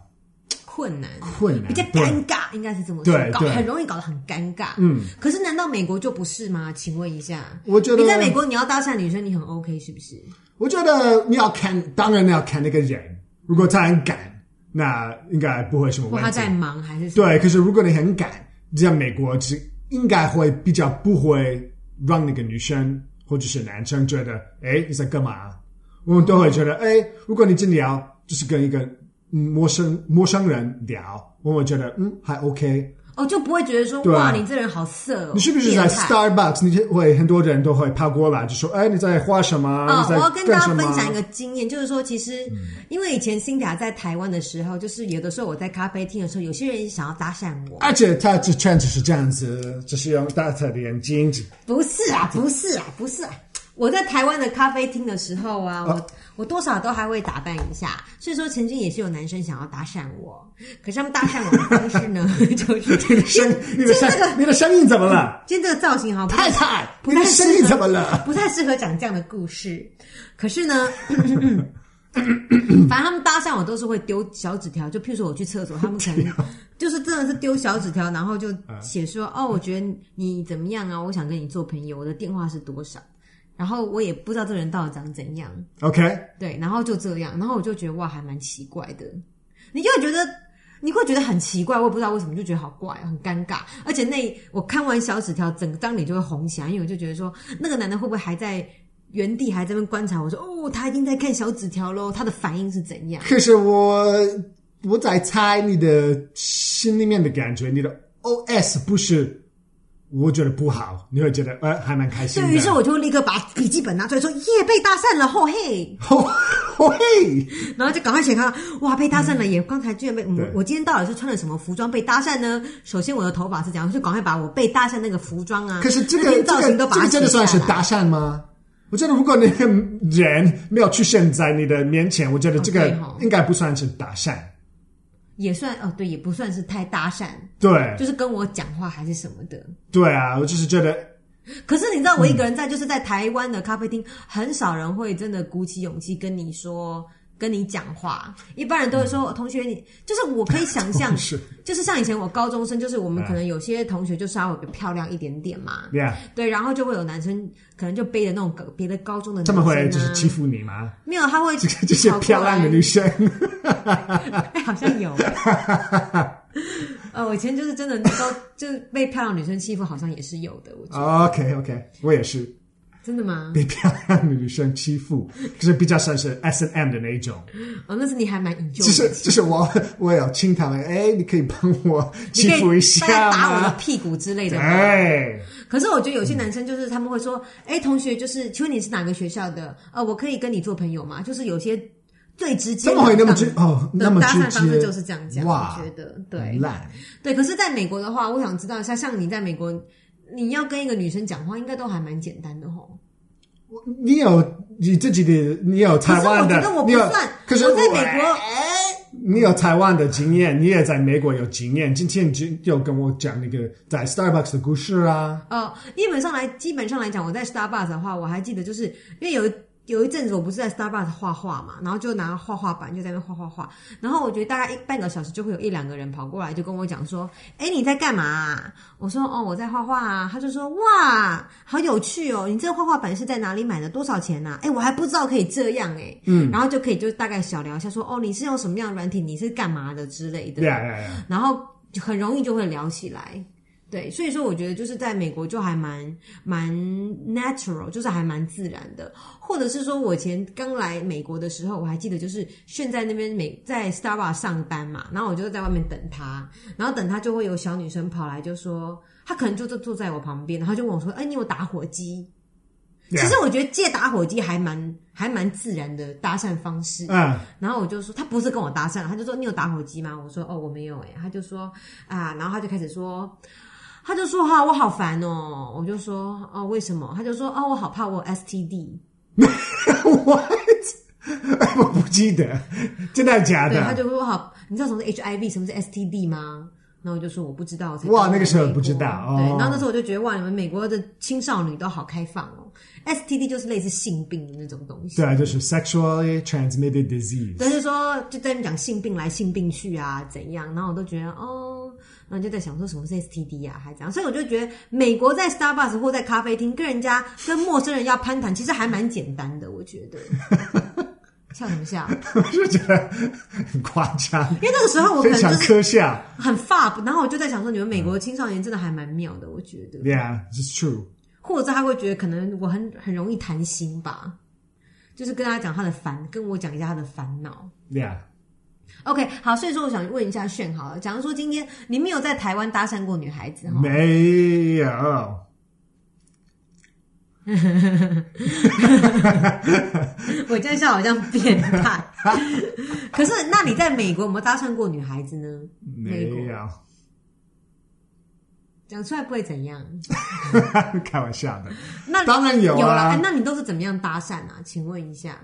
S3: 困难。
S2: 困难，
S3: 比较
S2: 对
S3: 尴尬，应该是这么说，
S2: 对
S3: 搞
S2: 对
S3: 很容易搞得很尴尬。
S2: 嗯，
S3: 可是难道美国就不是吗？请问一下，
S2: 我觉得
S3: 你在美国你要搭讪女生，你很 OK 是不是？
S2: 我觉得你要看，当然你要看那个人，如果他很赶，那应该不会什么
S3: 或
S2: 问
S3: 他
S2: 题
S3: 在。忙还是什么
S2: 对，可是如果你很赶，在美国是应该会比较不会让那个女生或者是男生觉得，哎，你在干嘛？我们都会觉得，哎，如果你真的要就是跟一个嗯陌生陌生人聊，我会觉得嗯还 OK。
S3: 哦，就不会觉得说
S2: 对
S3: 哇，你这人好色哦，
S2: 你是不是在
S3: 变态
S2: Starbucks？你会很多人都会跑过来就说，哎，你在画什么？
S3: 啊、我
S2: 你在
S3: 要跟大
S2: 干
S3: 家
S2: 什
S3: 分
S2: 么
S3: 享一个经验，就是说，其实、
S2: 嗯
S3: 因为以前辛迪亚在台湾的时候，就是有的时候我在咖啡厅的时候，有些人想要搭讪我，
S2: 而且他这圈子是这样子，就是用大他的眼睛，
S3: 不是啊，不是啊，不是啊。我在台湾的咖啡厅的时候啊，我、我多少都还会打扮一下，所以说曾经也是有男生想要搭讪我，可是他们搭讪我的方式呢， <laughs>
S2: <laughs>
S3: 就是
S2: 你的声，你
S3: <laughs>
S2: 的声，你的声音怎么了？
S3: 今天这个造型好像不
S2: 太太，
S3: 不
S2: <laughs> 你的
S3: 太适
S2: 声
S3: 合
S2: 音怎么
S3: <laughs>
S2: 了？
S3: 不太适合讲这样的故事。可是呢，反正他们搭讪我都是会丢小纸条，就譬如说我去厕所，他们可能就是真的是丢小纸条，然后就写说哦，我觉得你怎么样啊？我想跟你做朋友，我的电话是多少？然后我也不知道这个人到底长怎样，
S2: OK，
S3: 对，然后就这样，然后我就觉得哇，还蛮奇怪的，你就会觉得。你会觉得很奇怪，我也不知道为什么，就觉得好怪，很尴尬。而且那我看完小纸条，整张脸就会红起来，因为我就觉得说，那个男的会不会还在原地，还在那边观察我说，哦，他一定在看小纸条喽，他的反应是怎样？
S2: 可是我我在猜你的心里面的感觉，你的 OS 不是，我觉得不好，你会觉得呃还蛮开心
S3: 对
S2: 的。
S3: 于是，
S2: <laughs>
S3: 我就立刻把笔记本拿出来说，耶，被搭讪了，吼嘿，
S2: 嘿，
S3: 然后就赶快写看，哇，被搭讪了耶！刚才居然被、嗯
S2: 对
S3: 我今天到底是穿了什么服装被搭讪呢？首先我的头发是怎样，就赶快把我被搭讪那个服装啊，
S2: 可是这
S3: 那
S2: 个
S3: 天
S2: 这
S3: 造型都把
S2: 个这
S3: 它
S2: 个真的
S3: 写下
S2: 算
S3: 来
S2: 是搭讪吗？我觉得如果那个人没有出现在你的面前，我觉得这
S3: 哦
S2: 个
S3: 对哦
S2: 应该不算是搭讪。
S3: 也算哦，对，也不算是太搭讪，
S2: 对，
S3: 就是跟我讲话还是什么的。
S2: 对啊，我就是觉得，
S3: 可是你知道，我一个人在、就是在台湾的咖啡厅，很少人会真的鼓起勇气跟你说。跟你讲话，一般人都会说：“同学你，就是我可以想象
S2: 嗯 <laughs> 是哎
S3: 就是像以前我高中生，就是我们可能有些同学就稍微漂亮一点点嘛，
S2: ，yeah，
S3: 对，然后就会有男生可能就背着那种高别的高中的女
S2: 他
S3: 生、啊，
S2: 们会就是欺负你吗？ <laughs>
S3: 没有，他会
S2: 这个这些漂亮的女生，
S3: 哎， <laughs> 好像有。呃，我以前就是真的都就是被漂亮女生欺负，好像也是有的。我觉得
S2: OK OK，我也是。
S3: 真的吗？
S2: 被漂亮的女生欺负，就是比较像是 S M 的那一种。
S3: 哦，那是你还蛮引咎
S2: 就，是就是我我有亲他们，哎，你可以帮我
S3: 你
S2: 欺
S3: 可以
S2: 负一
S3: 大概
S2: 下
S3: 打我的
S2: 吗？
S3: 屁股之类的。
S2: 哎，
S3: 可是我觉得有些男生就是他们会说，哎、同学，就是请问你是哪个学校的？呃，我可以跟你做朋友吗？就是有些最直接
S2: 怎
S3: 的
S2: 么会那么直
S3: 搭
S2: 哦那么
S3: 搭讪
S2: 直
S3: 方式
S2: 接
S3: 就是这样讲，
S2: 哇
S3: 我觉得
S2: 很
S3: 对
S2: 烂。
S3: 对。可是，在美国的话，我想知道一下，像你在美国，你要跟一个女生讲话，应该都还蛮简单的吼。
S2: 你有你自己的，你有
S3: 可
S2: 台
S3: 是我
S2: 湾
S3: 觉
S2: 的
S3: 得我，不
S2: 你有
S3: 算，
S2: 可是
S3: 我在美国，
S2: 你有台湾的经验，你也在美国有经验。今天你就又跟我讲那个在 Starbucks 的故事啊，
S3: 哦，基本上来，基本上来讲，我在 Starbucks 的话，我还记得，就是因为有一有一阵子我不是在 Starbucks 画画嘛，然后就拿画画板就在那边画画画，然后我觉得大概一半个小时就会有一两个人跑过来就跟我讲说，哎，你在干嘛啊、我说哦，我在画画啊。他就说哇，好有趣哦，你这个画画板是在哪里买的？多少钱呐、啊？哎，我还不知道可以这样哎，嗯，然后就可以就大概小聊一下说，哦，你是用什么样的软体？你是干嘛的之类的，
S2: 对呀呀呀，
S3: 然后就很容易就会聊起来。对，所以说我觉得就是在美国就还蛮蛮 natural，就是还蛮自然的。或者是说我以前刚来美国的时候，我还记得就是炫在那边美在 Starbucks 上班嘛，然后我就在外面等他，然后等他就会有小女生跑来就说，她可能就坐坐在我旁边，然后就问我说：“哎，你有打火机？”其实我觉得借打火机还蛮还蛮自然的搭讪方式。
S2: 嗯，
S3: 然后我就说他不是跟我搭讪，他就说你有打火机吗？我说哦我没有哎、他就说啊，然后他就开始说，他就说哈、我好烦哦，我就说哦为什么？他就说哦我好怕我有 STD， <laughs>
S2: what？我不记得，真的假
S3: 对，他
S2: 的？
S3: 就说我好，你知道什么是 HIV 什么是 STD 吗？然后我就说我不知道，我才
S2: 哇
S3: 刚来
S2: 那个时候
S3: 美国
S2: 不知道哦
S3: 对，然后那时候我就觉得哇，你们美国的青少女都好开放哦，STD 就是类似性病的那种东西，
S2: 对啊，就是 sexually transmitted disease。 <laughs>
S3: 他就说就在那边讲性病来性病去啊，怎样？然后我都觉得哦，然后就在想说什么是 STD 啊，还怎样？所以我就觉得美国在 Starbucks 或在咖啡厅跟人家跟陌生人要攀谈，其实还蛮简单的，我觉得。笑什么笑？
S2: 我就觉得很夸张，
S3: 因为那个时哦候我可
S2: 非
S3: 能
S2: 常
S3: 就是
S2: 科学。啊
S3: 很 fab，然后我就在想说，你们美国的青少年真的还蛮妙的，我觉得。
S2: Yeah, it's true.
S3: 或者是他会觉得可能我很很容易谈心吧，就是跟他讲他的烦，跟我讲一下他的烦恼。
S2: Yeah.
S3: OK，好，所以说我想问一下炫好了，假如说今天你没有在台湾搭讪过女孩子哈，
S2: 没有。
S3: 我这样笑好像变态。
S2: <laughs>
S3: 可是，那你在美国有没有搭讪过女孩子呢？
S2: 没啊
S3: 美国
S2: 有，
S3: 讲出来不会怎样。
S2: <laughs> 开玩笑的。
S3: 那你
S2: 当然有啊
S3: 有了、哎那你都是怎么样搭讪啊？请问一下，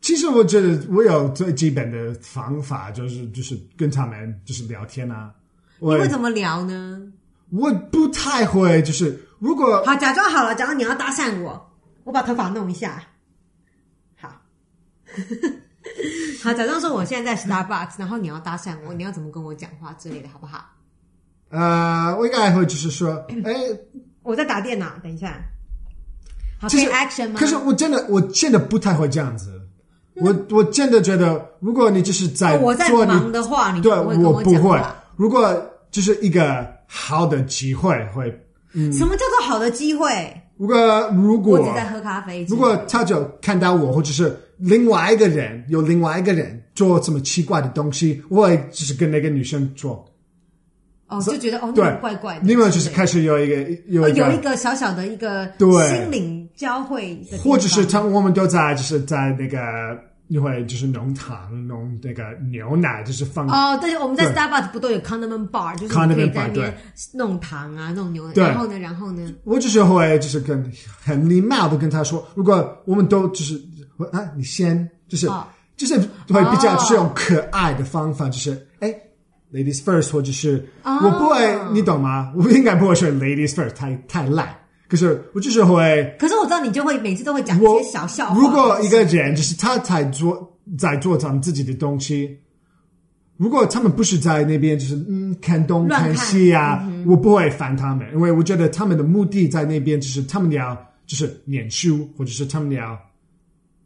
S2: 其实我觉得我有最基本的方法，就是就是跟他们就是聊天啊。我
S3: 你会怎么聊呢？
S2: 我不太会，就是如果
S3: 好，假装好了，假如你要搭讪我，我把头发弄一下。好， <laughs> 好，假装说我现在在 Starbucks，然后你要搭讪我，你要怎么跟我讲话之类的，好不好？
S2: 呃，我应该会就是说，哎，
S3: 我在打电脑，等一下。好，可
S2: 其
S3: 以
S2: 实
S3: action 吗？嗯
S2: 可是我真的我真的不太会这样子。我我真的觉得，如果你就是在
S3: 哦我在
S2: 做你
S3: 忙的话，你就
S2: 对，
S3: 不会跟
S2: 我不
S3: 讲
S2: 会
S3: 话。。
S2: 如果就是一个好的机会，会嗯
S3: 什么叫做好的机会？
S2: 如果如
S3: 我
S2: 果
S3: 只在喝咖啡。
S2: 如果他就看到我，或者是另外一个人有另外一个人做什么奇怪的东西，我也就是跟那个女生做。
S3: 哦，就觉得哦，那
S2: 对
S3: 个，怪怪的。
S2: 你有没有就是
S3: 对
S2: 开始有一个有
S3: 哦
S2: 一个，
S3: 有一个小小的一个
S2: 对
S3: 心灵交汇的地方，
S2: 或者是他我们都在就是在那个因为就是弄糖弄那个牛奶，就是放、
S3: 哦，对，我们在
S2: 对
S3: Starbucks 不都有 condiment bar，就是你可以
S2: Condiment
S3: 在
S2: bar，
S3: 那边弄糖啊，弄牛奶。
S2: 对
S3: 然后呢，然后呢，
S2: 我就是会就是跟很礼貌的跟他说，如果我们都就是啊，你先就是、
S3: 哦
S2: 就是会比较
S3: 哦
S2: 是用可爱的方法，就是哎。Ladies first，或者是、
S3: 哦
S2: 我不会，你懂吗？我应该不会说 ladies first，太太烂。可是我就是会，
S3: 可是我知道你就会每次都会讲一
S2: 我
S3: 些小笑话。
S2: 如果一个人就是他在做在做他们自己的东西，如果他们不是在那边就是嗯看东
S3: 乱看嗯
S2: 看西啊，我不会烦他们，因为我觉得他们的目的在那边就是他们要就是念书，或者是他们要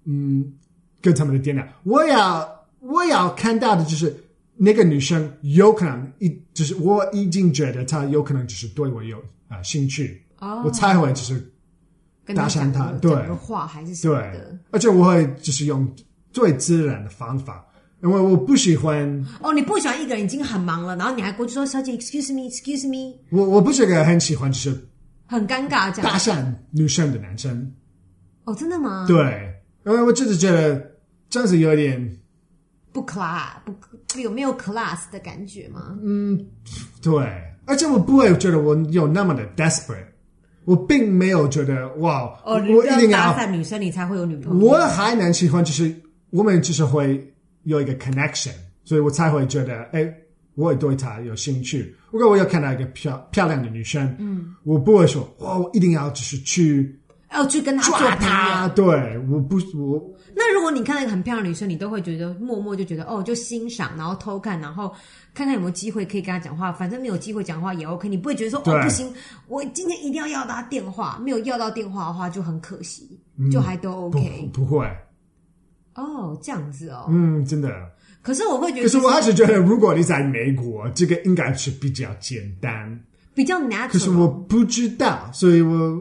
S2: 嗯跟他们的电脑，我要我要看到的就是那个女生有可能一就是我已经觉得她有可能就是对我有啊、呃兴趣，
S3: 哦
S2: 我才会就是
S3: 跟他讲
S2: 搭
S3: 个
S2: 讪他对
S3: 讲个话还是什么
S2: 对
S3: 的。，
S2: 而且我会就是用最自然的方法，因为我不喜欢，
S3: 哦，你不喜欢一个人已经很忙了，然后你还过去说“小姐，excuse me，excuse me”，
S2: 我我不是个很喜欢就是
S3: 很尴尬这
S2: 搭
S3: 样。
S2: 讪女生的男生，
S3: 哦，真的吗？，
S2: 对，因为我就是觉得这样子有点。
S3: 不 class 不不有没有 class 的感觉吗？
S2: 嗯对，而且我不会觉得我有那么的 desperate，我并没有觉得哇，
S3: 哦，你
S2: 我
S3: 要
S2: 一定
S3: 搭
S2: 要，
S3: 讪女生，你才会有女朋友。
S2: 我还能喜欢，就是我们就是会有一个 connection，所以我才会觉得，哎，我也对她有兴趣。如果我有看到一个漂漂亮的女生，嗯，我不会说哇，我一定要就是去
S3: 要哦去跟她做
S2: 抓
S3: 朋友。
S2: 她，对，我不我。
S3: 那如果你看到一个很漂亮的女生，你都会觉得默默就觉得哦，就欣赏，然后偷看，然后看看有没有机会可以跟她讲话。反正没有机会讲话也 OK，你不会觉得说哦
S2: 对
S3: 不行，我今天一定要要到她电话，没有要到电话的话就很可惜，
S2: 嗯
S3: 就还都
S2: 不
S3: OK。
S2: 不会，
S3: 哦，这样子哦。
S2: 嗯，真的。
S3: 可是我会觉
S2: 可
S3: 得
S2: 是我还是觉得，如果你在美国，这个应该是比较简单。
S3: 比较 natural，
S2: 可是我不知道，所以我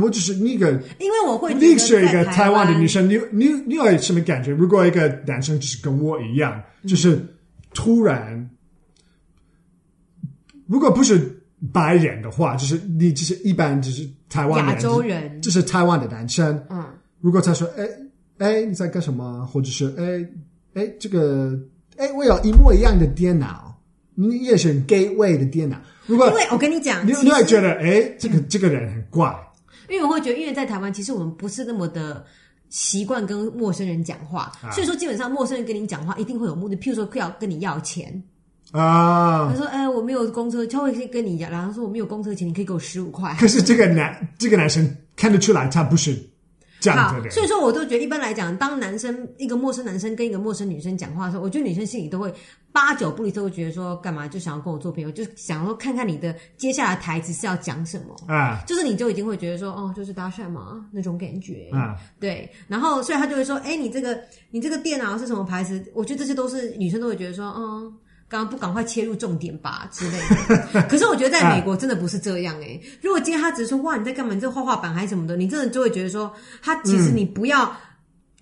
S2: 我只是那个
S3: 因为我会觉
S2: 另
S3: 得
S2: 是一
S3: 在
S2: 个台湾的女
S3: 湾，
S2: 生，你你你有什么感觉？如果一个男生就是跟我一样，就是突然，如果不是白人的话，就是你就是一般就是台湾的
S3: 亚洲人
S2: 就是台湾的男生，
S3: 嗯，
S2: 如果他说哎哎你在干什么，或者是哎哎这个哎我有一模一样的电脑，你也是 gateway 的电脑，如果
S3: 因为我跟你讲，
S2: 你
S3: 其
S2: 你会
S3: 实
S2: 觉得，哎，这个这个人很怪，
S3: 因为我会觉得，因为在台湾，其实我们不是那么的习惯跟陌生人讲话，
S2: 啊
S3: 所以说基本上陌生人跟你讲话一定会有目的，譬如说要跟你要钱，他
S2: 啊。
S3: 说：“哎，我没有公车，他会跟你讲，然后说我没有公车钱，你可以给我十五块。”
S2: <laughs> 可是这个男这个男生看得出来，他不是这样
S3: 好
S2: 子的，人。
S3: 所以说我都觉得，一般来讲，当男生一个陌生男生跟一个陌生女生讲话的时候，我觉得女生心里都会八九不离都会觉得说，干嘛就想要跟我做朋友，就是想说看看你的接下来的台词是要讲什么。
S2: 啊
S3: 就是你就已经会觉得说，哦，就是搭讪嘛那种感觉，
S2: 啊，
S3: 对。然后，所以他就会说，哎，你这个你这个电脑是什么牌子？我觉得这些都是女生都会觉得说，嗯，刚刚不赶快切入重点吧之类的。 <laughs> 可是我觉得在美国真的不是这样哎、如果今天他只是说，哇，你在干嘛？你这画画板还是什么的，你真的就会觉得说，他其实你不要。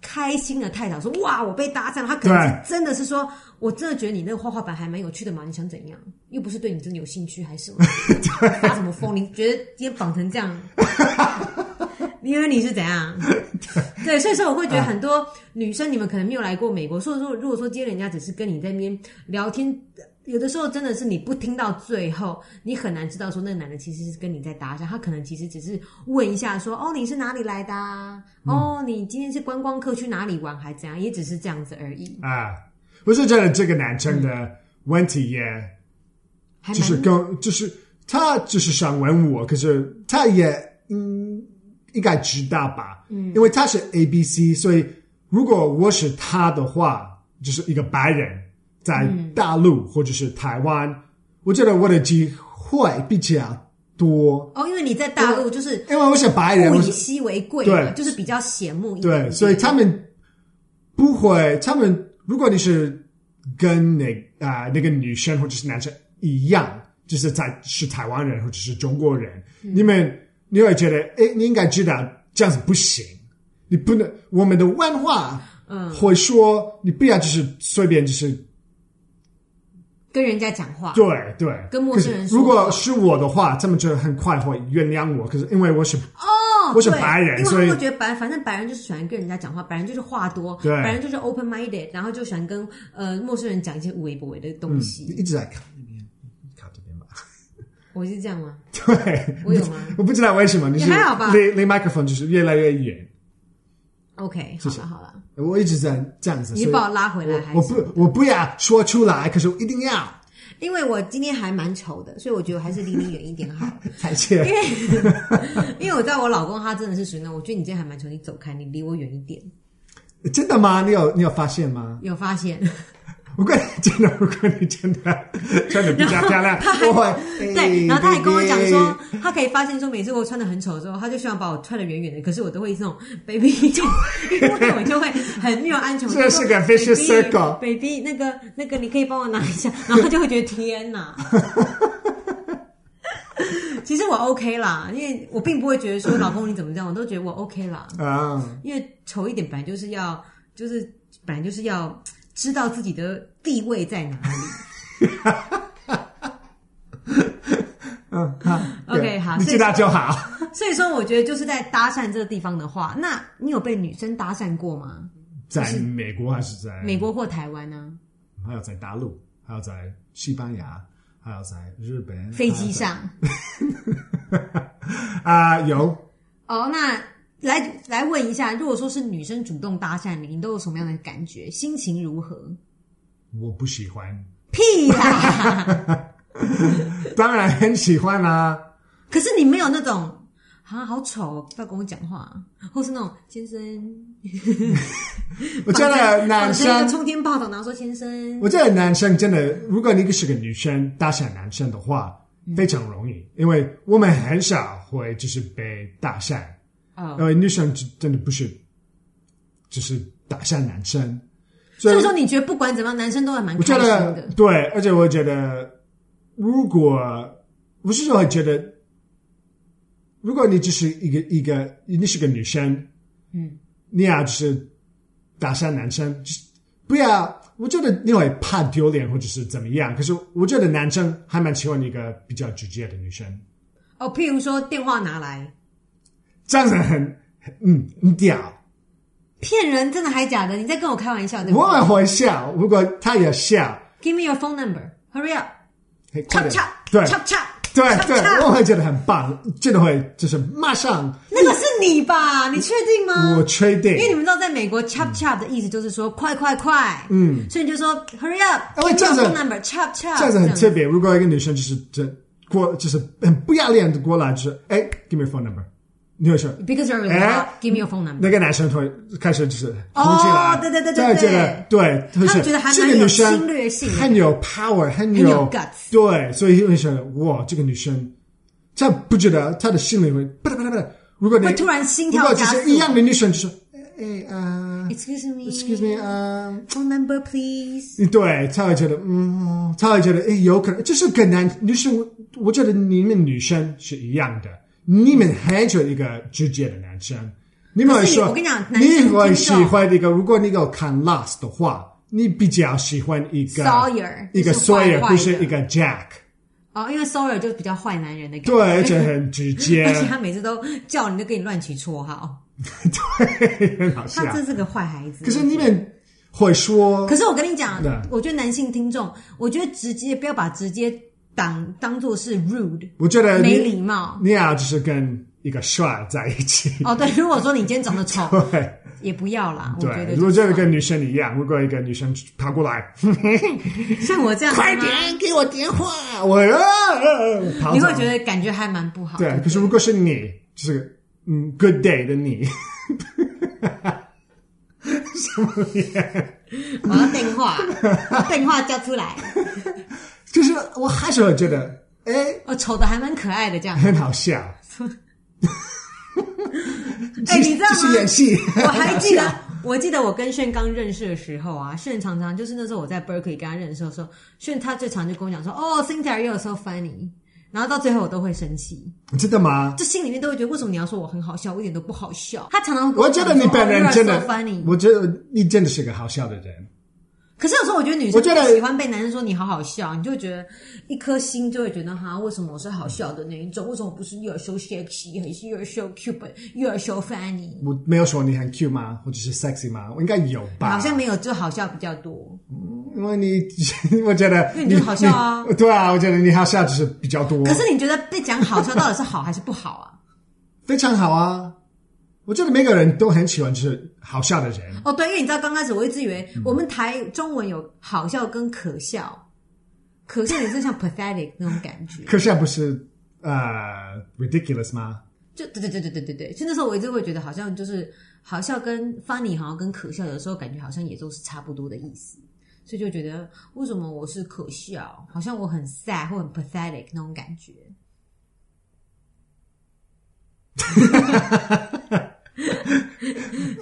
S3: 开心的太早说哇，我被搭讪了，他可能是
S2: 对
S3: 真的是说，我真的觉得你那个画画板还蛮有趣的嘛，你想怎样？又不是对你真的有兴趣还是什么？发什么疯？你觉得今天绑成这样，因为你是怎样？对，所以说我会觉得很多女生，你们可能没有来过美国，所以说如果说今天人家只是跟你在那边聊天，有的时候真的是你不听到最后，你很难知道说那个男的其实是跟你在搭讪，他可能其实只是问一下说哦你是哪里来的、啊？哦你今天是观光客去哪里玩还怎样？也只是这样子而已，
S2: 啊，我是觉得这个男生的问题也
S3: 还
S2: 就是
S3: 蛮
S2: 跟就是他就是想问我，可是他也嗯应该知道吧，嗯，因为他是 A B C，所以如果我是他的话，就是一个白人在大陆或者是台湾，我觉得我的机会比较多，
S3: 哦，因为你在大陆就是
S2: 因为我是白人，
S3: 物
S2: 我
S3: 以
S2: 是
S3: 稀为贵嘛，
S2: 对
S3: 就是比较显目一点
S2: 对，
S3: 点
S2: 所以他们不会，他们如果你是跟那啊、那个女生或者是男生一样，就是在是台湾人或者是中国人，
S3: 嗯
S2: 你们你会觉得，哎，你应该知道这样子不行，你不能，我们的文化，
S3: 嗯，
S2: 会说你不要就是随便就是
S3: 跟人家讲话，
S2: 对对，
S3: 跟陌生人
S2: 可是
S3: 说
S2: 如果是我的话，他们就很快会原谅我，可是因为我是
S3: 哦
S2: 我是
S3: 对
S2: 白人
S3: 因为
S2: 所以
S3: 他会觉得白，反正白人就是喜欢跟人家讲话，白人就是话多，
S2: 对
S3: 白人就是 open minded，然后就喜欢跟呃陌生人讲一些无微不微的东
S2: 你
S3: 西。
S2: 一直在看那边，看这边吧。
S3: 我是这样吗？
S2: 对，
S3: 我有吗
S2: <laughs> 我不知道为什么，你是
S3: 也还好吧
S2: 离离麦克风就是越来越远，
S3: ？OK，好了好了，
S2: 我一直在这样子。
S3: 你
S2: 所以
S3: 把我拉回来
S2: 我
S3: 还
S2: 我
S3: 是
S2: 不，我不要说出来，可是我一定要
S3: 因为我今天还蛮丑的，所以我觉得我还是离你远一点好
S2: <laughs>
S3: 了。 <laughs>
S2: 才去。
S3: 因为因为我知道我老公他真的是属于那种，我觉得你今天还蛮丑，你走开，你离我远一点。
S2: <laughs> 真的吗？你有你有发现吗？
S3: 有发现？
S2: 如果你真的，如果你真
S3: <laughs>
S2: 的穿的比较漂亮，
S3: 他还
S2: 我会
S3: 对，然后他还跟我讲，
S2: 哎
S3: 说，他可以发现说，每次我穿的很丑的时候，他就希望把我踹得远远的，可是我都会这种 baby，就 <laughs> 因为我就会很没有安全感。
S2: 这是个 vicious circle
S3: baby，那个那个，你可以帮我拿一下，然后他就会觉得天哪。 <laughs> 其实我 OK 啦，因为我并不会觉得说老公你怎么这样，我都觉得我 OK 啦。
S2: 啊，
S3: 因为丑一点本来就是要，就是本来就是要知道自己的地位在哪里。
S2: 嗯，好
S3: <laughs> OK，
S2: 对
S3: 好
S2: 你
S3: 所以
S2: 知道就好。
S3: 所以说，我觉得就是在搭讪这个地方的话，那你有被女生搭讪过吗？
S2: 在美国还是在
S3: 美，国或台湾呢、
S2: 还有在大陆，还有在西班牙，还有在日本
S3: 飞机上。
S2: 啊、有
S3: 哦，那来来问一下，如果说是女生主动搭讪你，你都有什么样的感觉？心情如何？
S2: 我不喜欢，
S3: 屁
S2: <laughs>
S3: 啦！
S2: 当然很喜欢啊啦、
S3: 可是你没有那种啊，好丑，不要跟我讲话，或是那种先生，
S2: 我觉
S3: 绑着
S2: 得男
S3: 绑着一个
S2: 生，
S3: 冲天炮筒，然后说先生，
S2: 我觉得男生真的，如果你是个女生搭讪男生的话，非常容易，因为我们很少会就是被搭讪，因
S3: 哦，
S2: 为女生真的不是，就是搭讪男生，所
S3: 所以
S2: 以
S3: 说你觉得不管怎么样，男生都还蛮
S2: 我
S3: 开
S2: 觉
S3: 心
S2: 得
S3: 的。
S2: 对，而且我觉得，如果我是说觉得，如果你只是一个一个你是个女生，
S3: 嗯，
S2: 你要就是打讪男生，就是不要，我觉得你会怕丢脸或者是怎么样。可是我觉得男生还蛮喜欢一个比较直接的女生，
S3: 哦，譬如说电话拿来
S2: 这样子很嗯很屌。
S3: 骗人，真的还假的？你在跟我开玩笑对不
S2: 我
S3: 对
S2: 也会笑，如果他也笑，
S3: ？Give me your phone number, hurry up，
S2: 很快
S3: 恰恰，
S2: 点对
S3: 恰恰，
S2: 对
S3: 恰
S2: 对
S3: 恰，
S2: 我会觉得很棒，真的会就是马上。
S3: 那个是你吧？你确定吗？
S2: 我确定
S3: 因，为你们知道，在美国 “chop chop” 的意思就是说快快快，
S2: 嗯，
S3: 所以你就说 “hurry up”，
S2: 哎这样
S3: give
S2: 子
S3: me your phone number chop chop，
S2: 这样子很特别。如果一个女生就是这过，就是很不要脸的过来，就是哎，give me your phone number，你会说
S3: Because you're really
S2: 哎
S3: hot, give me your phone number。
S2: 那个男生会开始就是
S3: 哦
S2: 红起来，
S3: 对对对对
S2: 这样觉得对，
S3: 他
S2: 就是
S3: 们觉得还蛮
S2: 这个女生
S3: 有侵略性的
S2: 很有 power，很
S3: 很有 guts
S2: 对，所以会觉得哇，这个女生，这不觉得她的心里会不不不不，如果你
S3: 会突然心跳
S2: 如果只
S3: 加速
S2: 是一样的女生，就说哎啊
S3: Excuse me,
S2: ，excuse me 啊。
S3: phone number please。
S2: 对，他会觉得，嗯，他会觉得，哎，有可能，就是跟男女生，我觉得你们女生是一样的，你们还有一个直接的男生，你们会
S3: 可是
S2: 说，
S3: 我跟你讲男生
S2: 你会
S3: 听
S2: 喜
S3: 众
S2: 欢一个，如果你有看 Last 的话，你比较喜欢一个
S3: Sawyer，
S2: 一个
S3: 就是坏坏
S2: Sawyer，
S3: 的
S2: 不是一个 Jack，
S3: 哦，因为 Sawyer 就是比较坏男人的感觉，
S2: 对，而且很直
S3: <laughs>
S2: 接
S3: 而，且他每次都叫你，就给你乱取绰号，
S2: 对，很好笑
S3: 他。真是个坏孩子。
S2: 可是你们会说，
S3: 可是我跟你讲
S2: 对，
S3: 我觉得男性听众，我觉得直接不要把直接当当做是 rude，
S2: 我觉呃得你
S3: 没礼貌。
S2: 你要就是跟一个帅在一起，
S3: 哦，对，如果说你今天长得丑， <laughs>
S2: 对。
S3: 也不要啦。我觉
S2: 对，
S3: 得
S2: 如果这
S3: 就
S2: 个
S3: 是啊
S2: 跟女生一样，如果一个女生跑过来， <laughs>
S3: 像我这样，
S2: 快点，给我电话，我啊要、跑
S3: 啊
S2: 走
S3: 你会觉得感觉还蛮不好。
S2: 对。可是如果是你，就是嗯，good day 的你， <laughs>
S3: 我要呃电话，电话叫出来。
S2: 就是我还是会觉得哎，
S3: 我哦丑的还蛮可爱的这
S2: <laughs>
S3: 样。
S2: 很好笑。
S3: <laughs> 哎，你知道
S2: 这是演
S3: 吗？
S2: 戏，
S3: 我还记
S2: 很好
S3: 得
S2: 笑，
S3: 我记得我跟炫刚认识的时候啊，炫常常就是那时候我在 Berkeley 跟他认识的时候，炫他最常就跟我讲说：“哦，Cynthia you r e so funny。”然后到最后我都会生气，
S2: 真的吗？
S3: 就心里面都会觉得为什么你要说我很好笑，我一点都不好笑。他常常跟
S2: 我觉得你
S3: 讲说
S2: 本
S3: 哦，“You
S2: 人
S3: are
S2: 真的
S3: so funny，。
S2: 我觉得你真的是个好笑的人。
S3: 可是有时候我觉得女
S2: 我
S3: 生
S2: 觉得
S3: 喜欢被男生说你好好笑，你就会觉得一颗心就会觉得哈，为什么我是好笑的那一种？为什么我不是 you're so sexy，还是 you're so cute，but you're so funny？
S2: 我没有说你很 cute 吗，或者是 sexy 吗？我应该有吧？
S3: 好像没有，就好笑比较多。
S2: 因为你， <laughs> 我觉得
S3: 因为你就是好笑啊
S2: 你对啊，我觉得你好笑就是比较多。
S3: 可是你觉得被讲好笑到底是好还是不好啊？
S2: 非常好啊！我觉得每个人都很喜欢就是好笑的人，
S3: 哦，对，因为你知道刚开始我一直以为我们台中文有好笑跟可笑，可笑也是像 pathetic 那种感觉。
S2: 可是不是呃 ridiculous 吗？
S3: 就对对对对对对对，就那时候我一直会觉得好像就是好笑跟 funny 好像跟可笑，有时候感觉好像也都是差不多的意思，所以就觉得为什么我是可笑，好像我很 sad 或很 pathetic 那种感觉。 <laughs>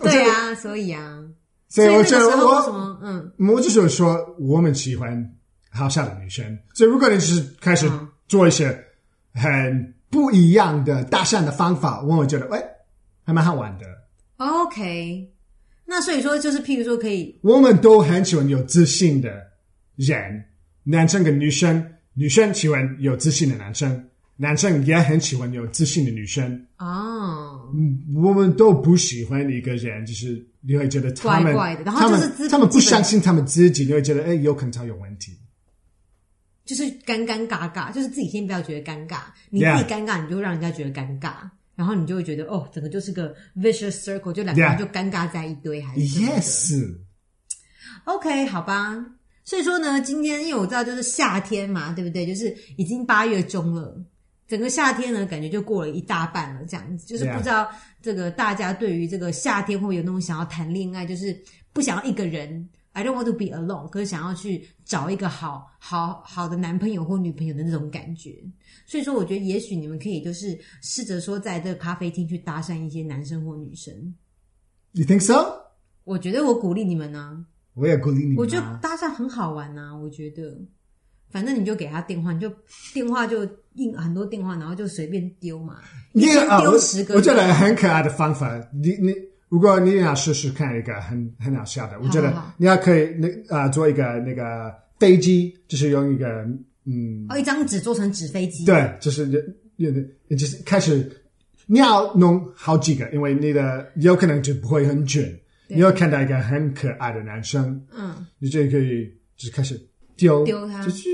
S3: 对啊，所以啊，
S2: 所以
S3: 那
S2: 我
S3: 个
S2: 觉
S3: 时
S2: 得
S3: 候为什
S2: 我
S3: 么嗯，
S2: 我就是说我们喜欢好笑的女生，所以如果你是开始
S3: 嗯
S2: 做一些很不一样的搭讪的方法，我觉得哎，还蛮好玩的。
S3: 哦 OK，那所以说就是譬如说可以
S2: 我们都很喜欢有自信的人，男生跟女生，女生喜欢有自信的男生，男生也很喜欢有自信的女生。
S3: 哦，
S2: 嗯，我们都不喜欢一个人，就是你会觉得他们
S3: 怪怪的然后就是资
S2: 他嗯们
S3: 本
S2: 他们不
S3: 资本
S2: 相信他们自己，你会觉得哎，有可能他有问题。
S3: 就是尴尴尬尬，就是自己先不要觉得尴尬，你自
S2: Yeah
S3: 己尴尬，你就让人家觉得尴尬，然后你就会觉得哦，整个就是个 vicious circle，就两个
S2: Yeah
S3: 人就尴尬在一堆，还是什么的
S2: Yes，
S3: OK，好吧。所以说呢，今天因为我知道就是夏天嘛，对不对？就是已经八月中了，整个夏天呢，感觉就过了一大半了，这样子。就是
S2: Yeah.
S3: 不知道这个大家对于这个夏天会不会有那种想要谈恋爱，就是不想要一个人，I don't want to be alone，可是想要去找一个好好好的男朋友或女朋友的那种感觉。所以说，我觉得也许你们可以就是试着说，在这个咖啡厅去搭讪一些男生或女生。
S2: 你 think so？
S3: 我觉得我鼓励你们呢、
S2: 我也鼓励你们啊。
S3: 我觉得搭讪很好玩呐、我觉得，反正你就给他电话，你就电话就印很多电话，然后就随便丢嘛，一
S2: 你
S3: 天
S2: 啊，
S3: 丢十个。
S2: 我我觉得很可爱的方法。你你，如果你要试试看一个很很好笑的，我觉得
S3: 好好
S2: 你要可以那啊、做一个那个飞机，就是用一个嗯，
S3: 哦，一张纸做成纸飞机。
S2: 对，就是有有就是开始你要弄好几个，因为你的有可能就不会很准。
S3: 对
S2: 你要看到一个很可爱的男生，
S3: 嗯，
S2: 你就可以就是开始丢
S3: 丢他
S2: 就是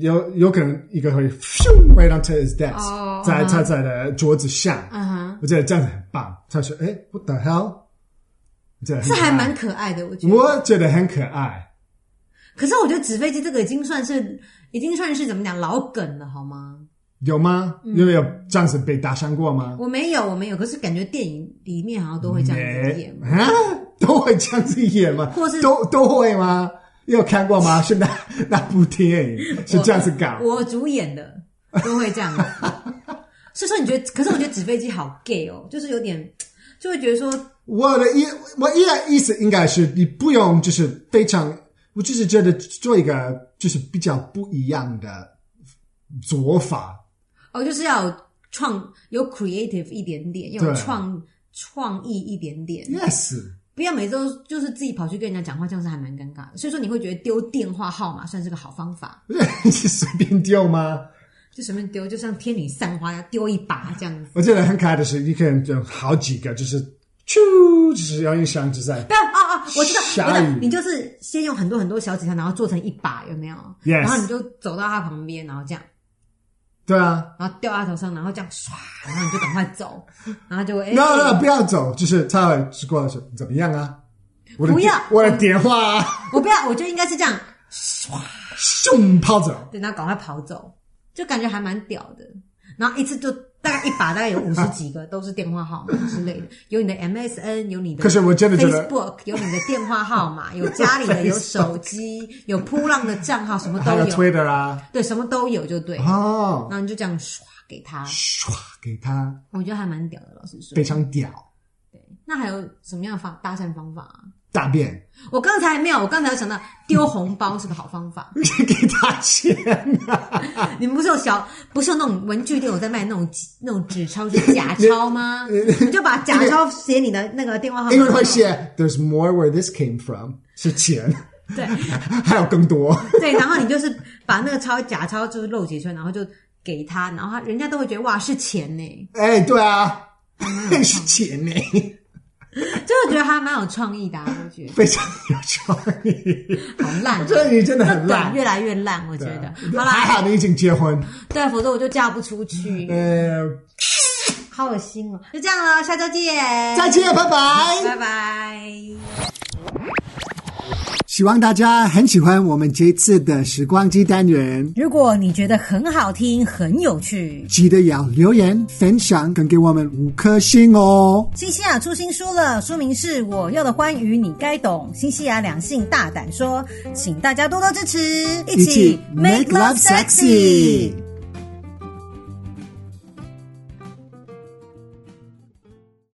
S2: 有有可能一个会 right onto his desk，、
S3: 哦
S2: 在
S3: 嗯
S2: 他在的桌子上，
S3: 嗯哼，
S2: 我觉得这样子很棒。他说：“哎，what the hell？” 这
S3: 这还蛮，可爱的，我觉得。
S2: 我觉得很可爱。
S3: 可是我觉得纸飞机这个已经算是，已经算是怎么讲老梗了，好吗？
S2: 有吗？
S3: 嗯
S2: 因为有这样子被搭讪过吗？
S3: 我没有，我没有，可是感觉电影里面好像都会这样子
S2: 没
S3: 演。
S2: 啊， <laughs> 都会这样子演吗？
S3: 或是
S2: 都都会吗？有看过吗？是那 <laughs> 那部电影是这样子搞？
S3: 我主演的都会这
S2: <laughs>
S3: 样子。所以说，你觉得？可是我觉得纸飞机好 gay 哦，就是有点，就会觉得说，
S2: 我的意我意意思应该是你不用就是非常，我就是觉得做一个就是比较不一样的做法，
S3: 哦，就是要有创有 creative 一点点，要有
S2: 对
S3: 创创意一点点，
S2: yes。
S3: 不要每周就是自己跑去跟人家讲话，这样是还蛮尴尬的。所以说，你会觉得丢电话号码算是个好方法，
S2: 你随便丢吗？
S3: 就随便丢，就像天女散花一样丢一把这样子。
S2: 我觉得很可爱的是，你可以有好几个，就是啾，就是要用箱子在
S3: 不要啊啊！我知道，
S2: 下
S3: 我知道
S2: 雨，
S3: 你就是先用很多很多小纸条，然后做成一把，有没有
S2: Yes
S3: 然后你就走到他旁边，然后这样。
S2: 对啊。
S3: 然后掉他头上，然后这样唰，然后你就赶快走，然后就哎，
S2: no no，不要走，就是他会过来说怎么样啊？我的
S3: 不要
S2: 我的电话啊，
S3: 我不要，我就应该是这样，
S2: 咻跑走。
S3: 对，然后赶快跑走，就感觉还蛮屌的。然后一次就大概一把，大概有五十几个都是电话号码之类的，有你的 MSN，有你的，
S2: 可是我真的觉得
S3: Facebook 有你的电话号码，有家里的，有手机，有扑浪的账号，什么都
S2: 还有
S3: 有，
S2: Twitter 啊，
S3: 对，什么都有就对。
S2: 哦
S3: 然，后你就这样唰给他，
S2: 唰给他
S3: 我觉得还蛮屌的，老实说
S2: 非。常屌，
S3: 那还有什么样的方搭讪方法啊？
S2: 大便 <laughs>
S3: 我刚才没有，我刚才有想到丢红包是个好方法。
S2: 给他钱啊，
S3: 你们不是有小，不是有那种文具店有在卖那种那种纸钞是假钞吗？你就把假钞写你的那个电话号码，
S2: 因为会写 There's more where this came from 是钱，
S3: 对
S2: <laughs> 还有更多。
S3: 对，然后你就是把那个钞假钞就是漏解出来，然后就给他，然后他人家都会觉得哇是钱呢，
S2: 哎，对啊， <laughs> 是钱呢，
S3: 就是觉得还蛮有创意的、啊，我
S2: <laughs>
S3: 觉得
S2: 非常有创意。
S3: 好烂、啊。
S2: 这你真的很
S3: 这
S2: 烂
S3: 梗，越来越烂，我觉得。好
S2: 还
S3: 啦，
S2: 好你已经结婚。
S3: 对，否则我就嫁不出去，
S2: 呃，
S3: 好恶心哦。就这样了，下周见，
S2: 再见，哎拜拜。
S3: 拜拜。
S2: 希望大家很喜欢我们这次的时光机单元，
S3: 如果你觉得很好听、很有趣，
S2: 记得要留言、分享，跟给我们五颗星哦。
S3: 新西亚出新书了，书名是《我要的欢愉你该懂》，新西亚两性大胆说，请大家多多支持，一
S2: 一起 make love sexy。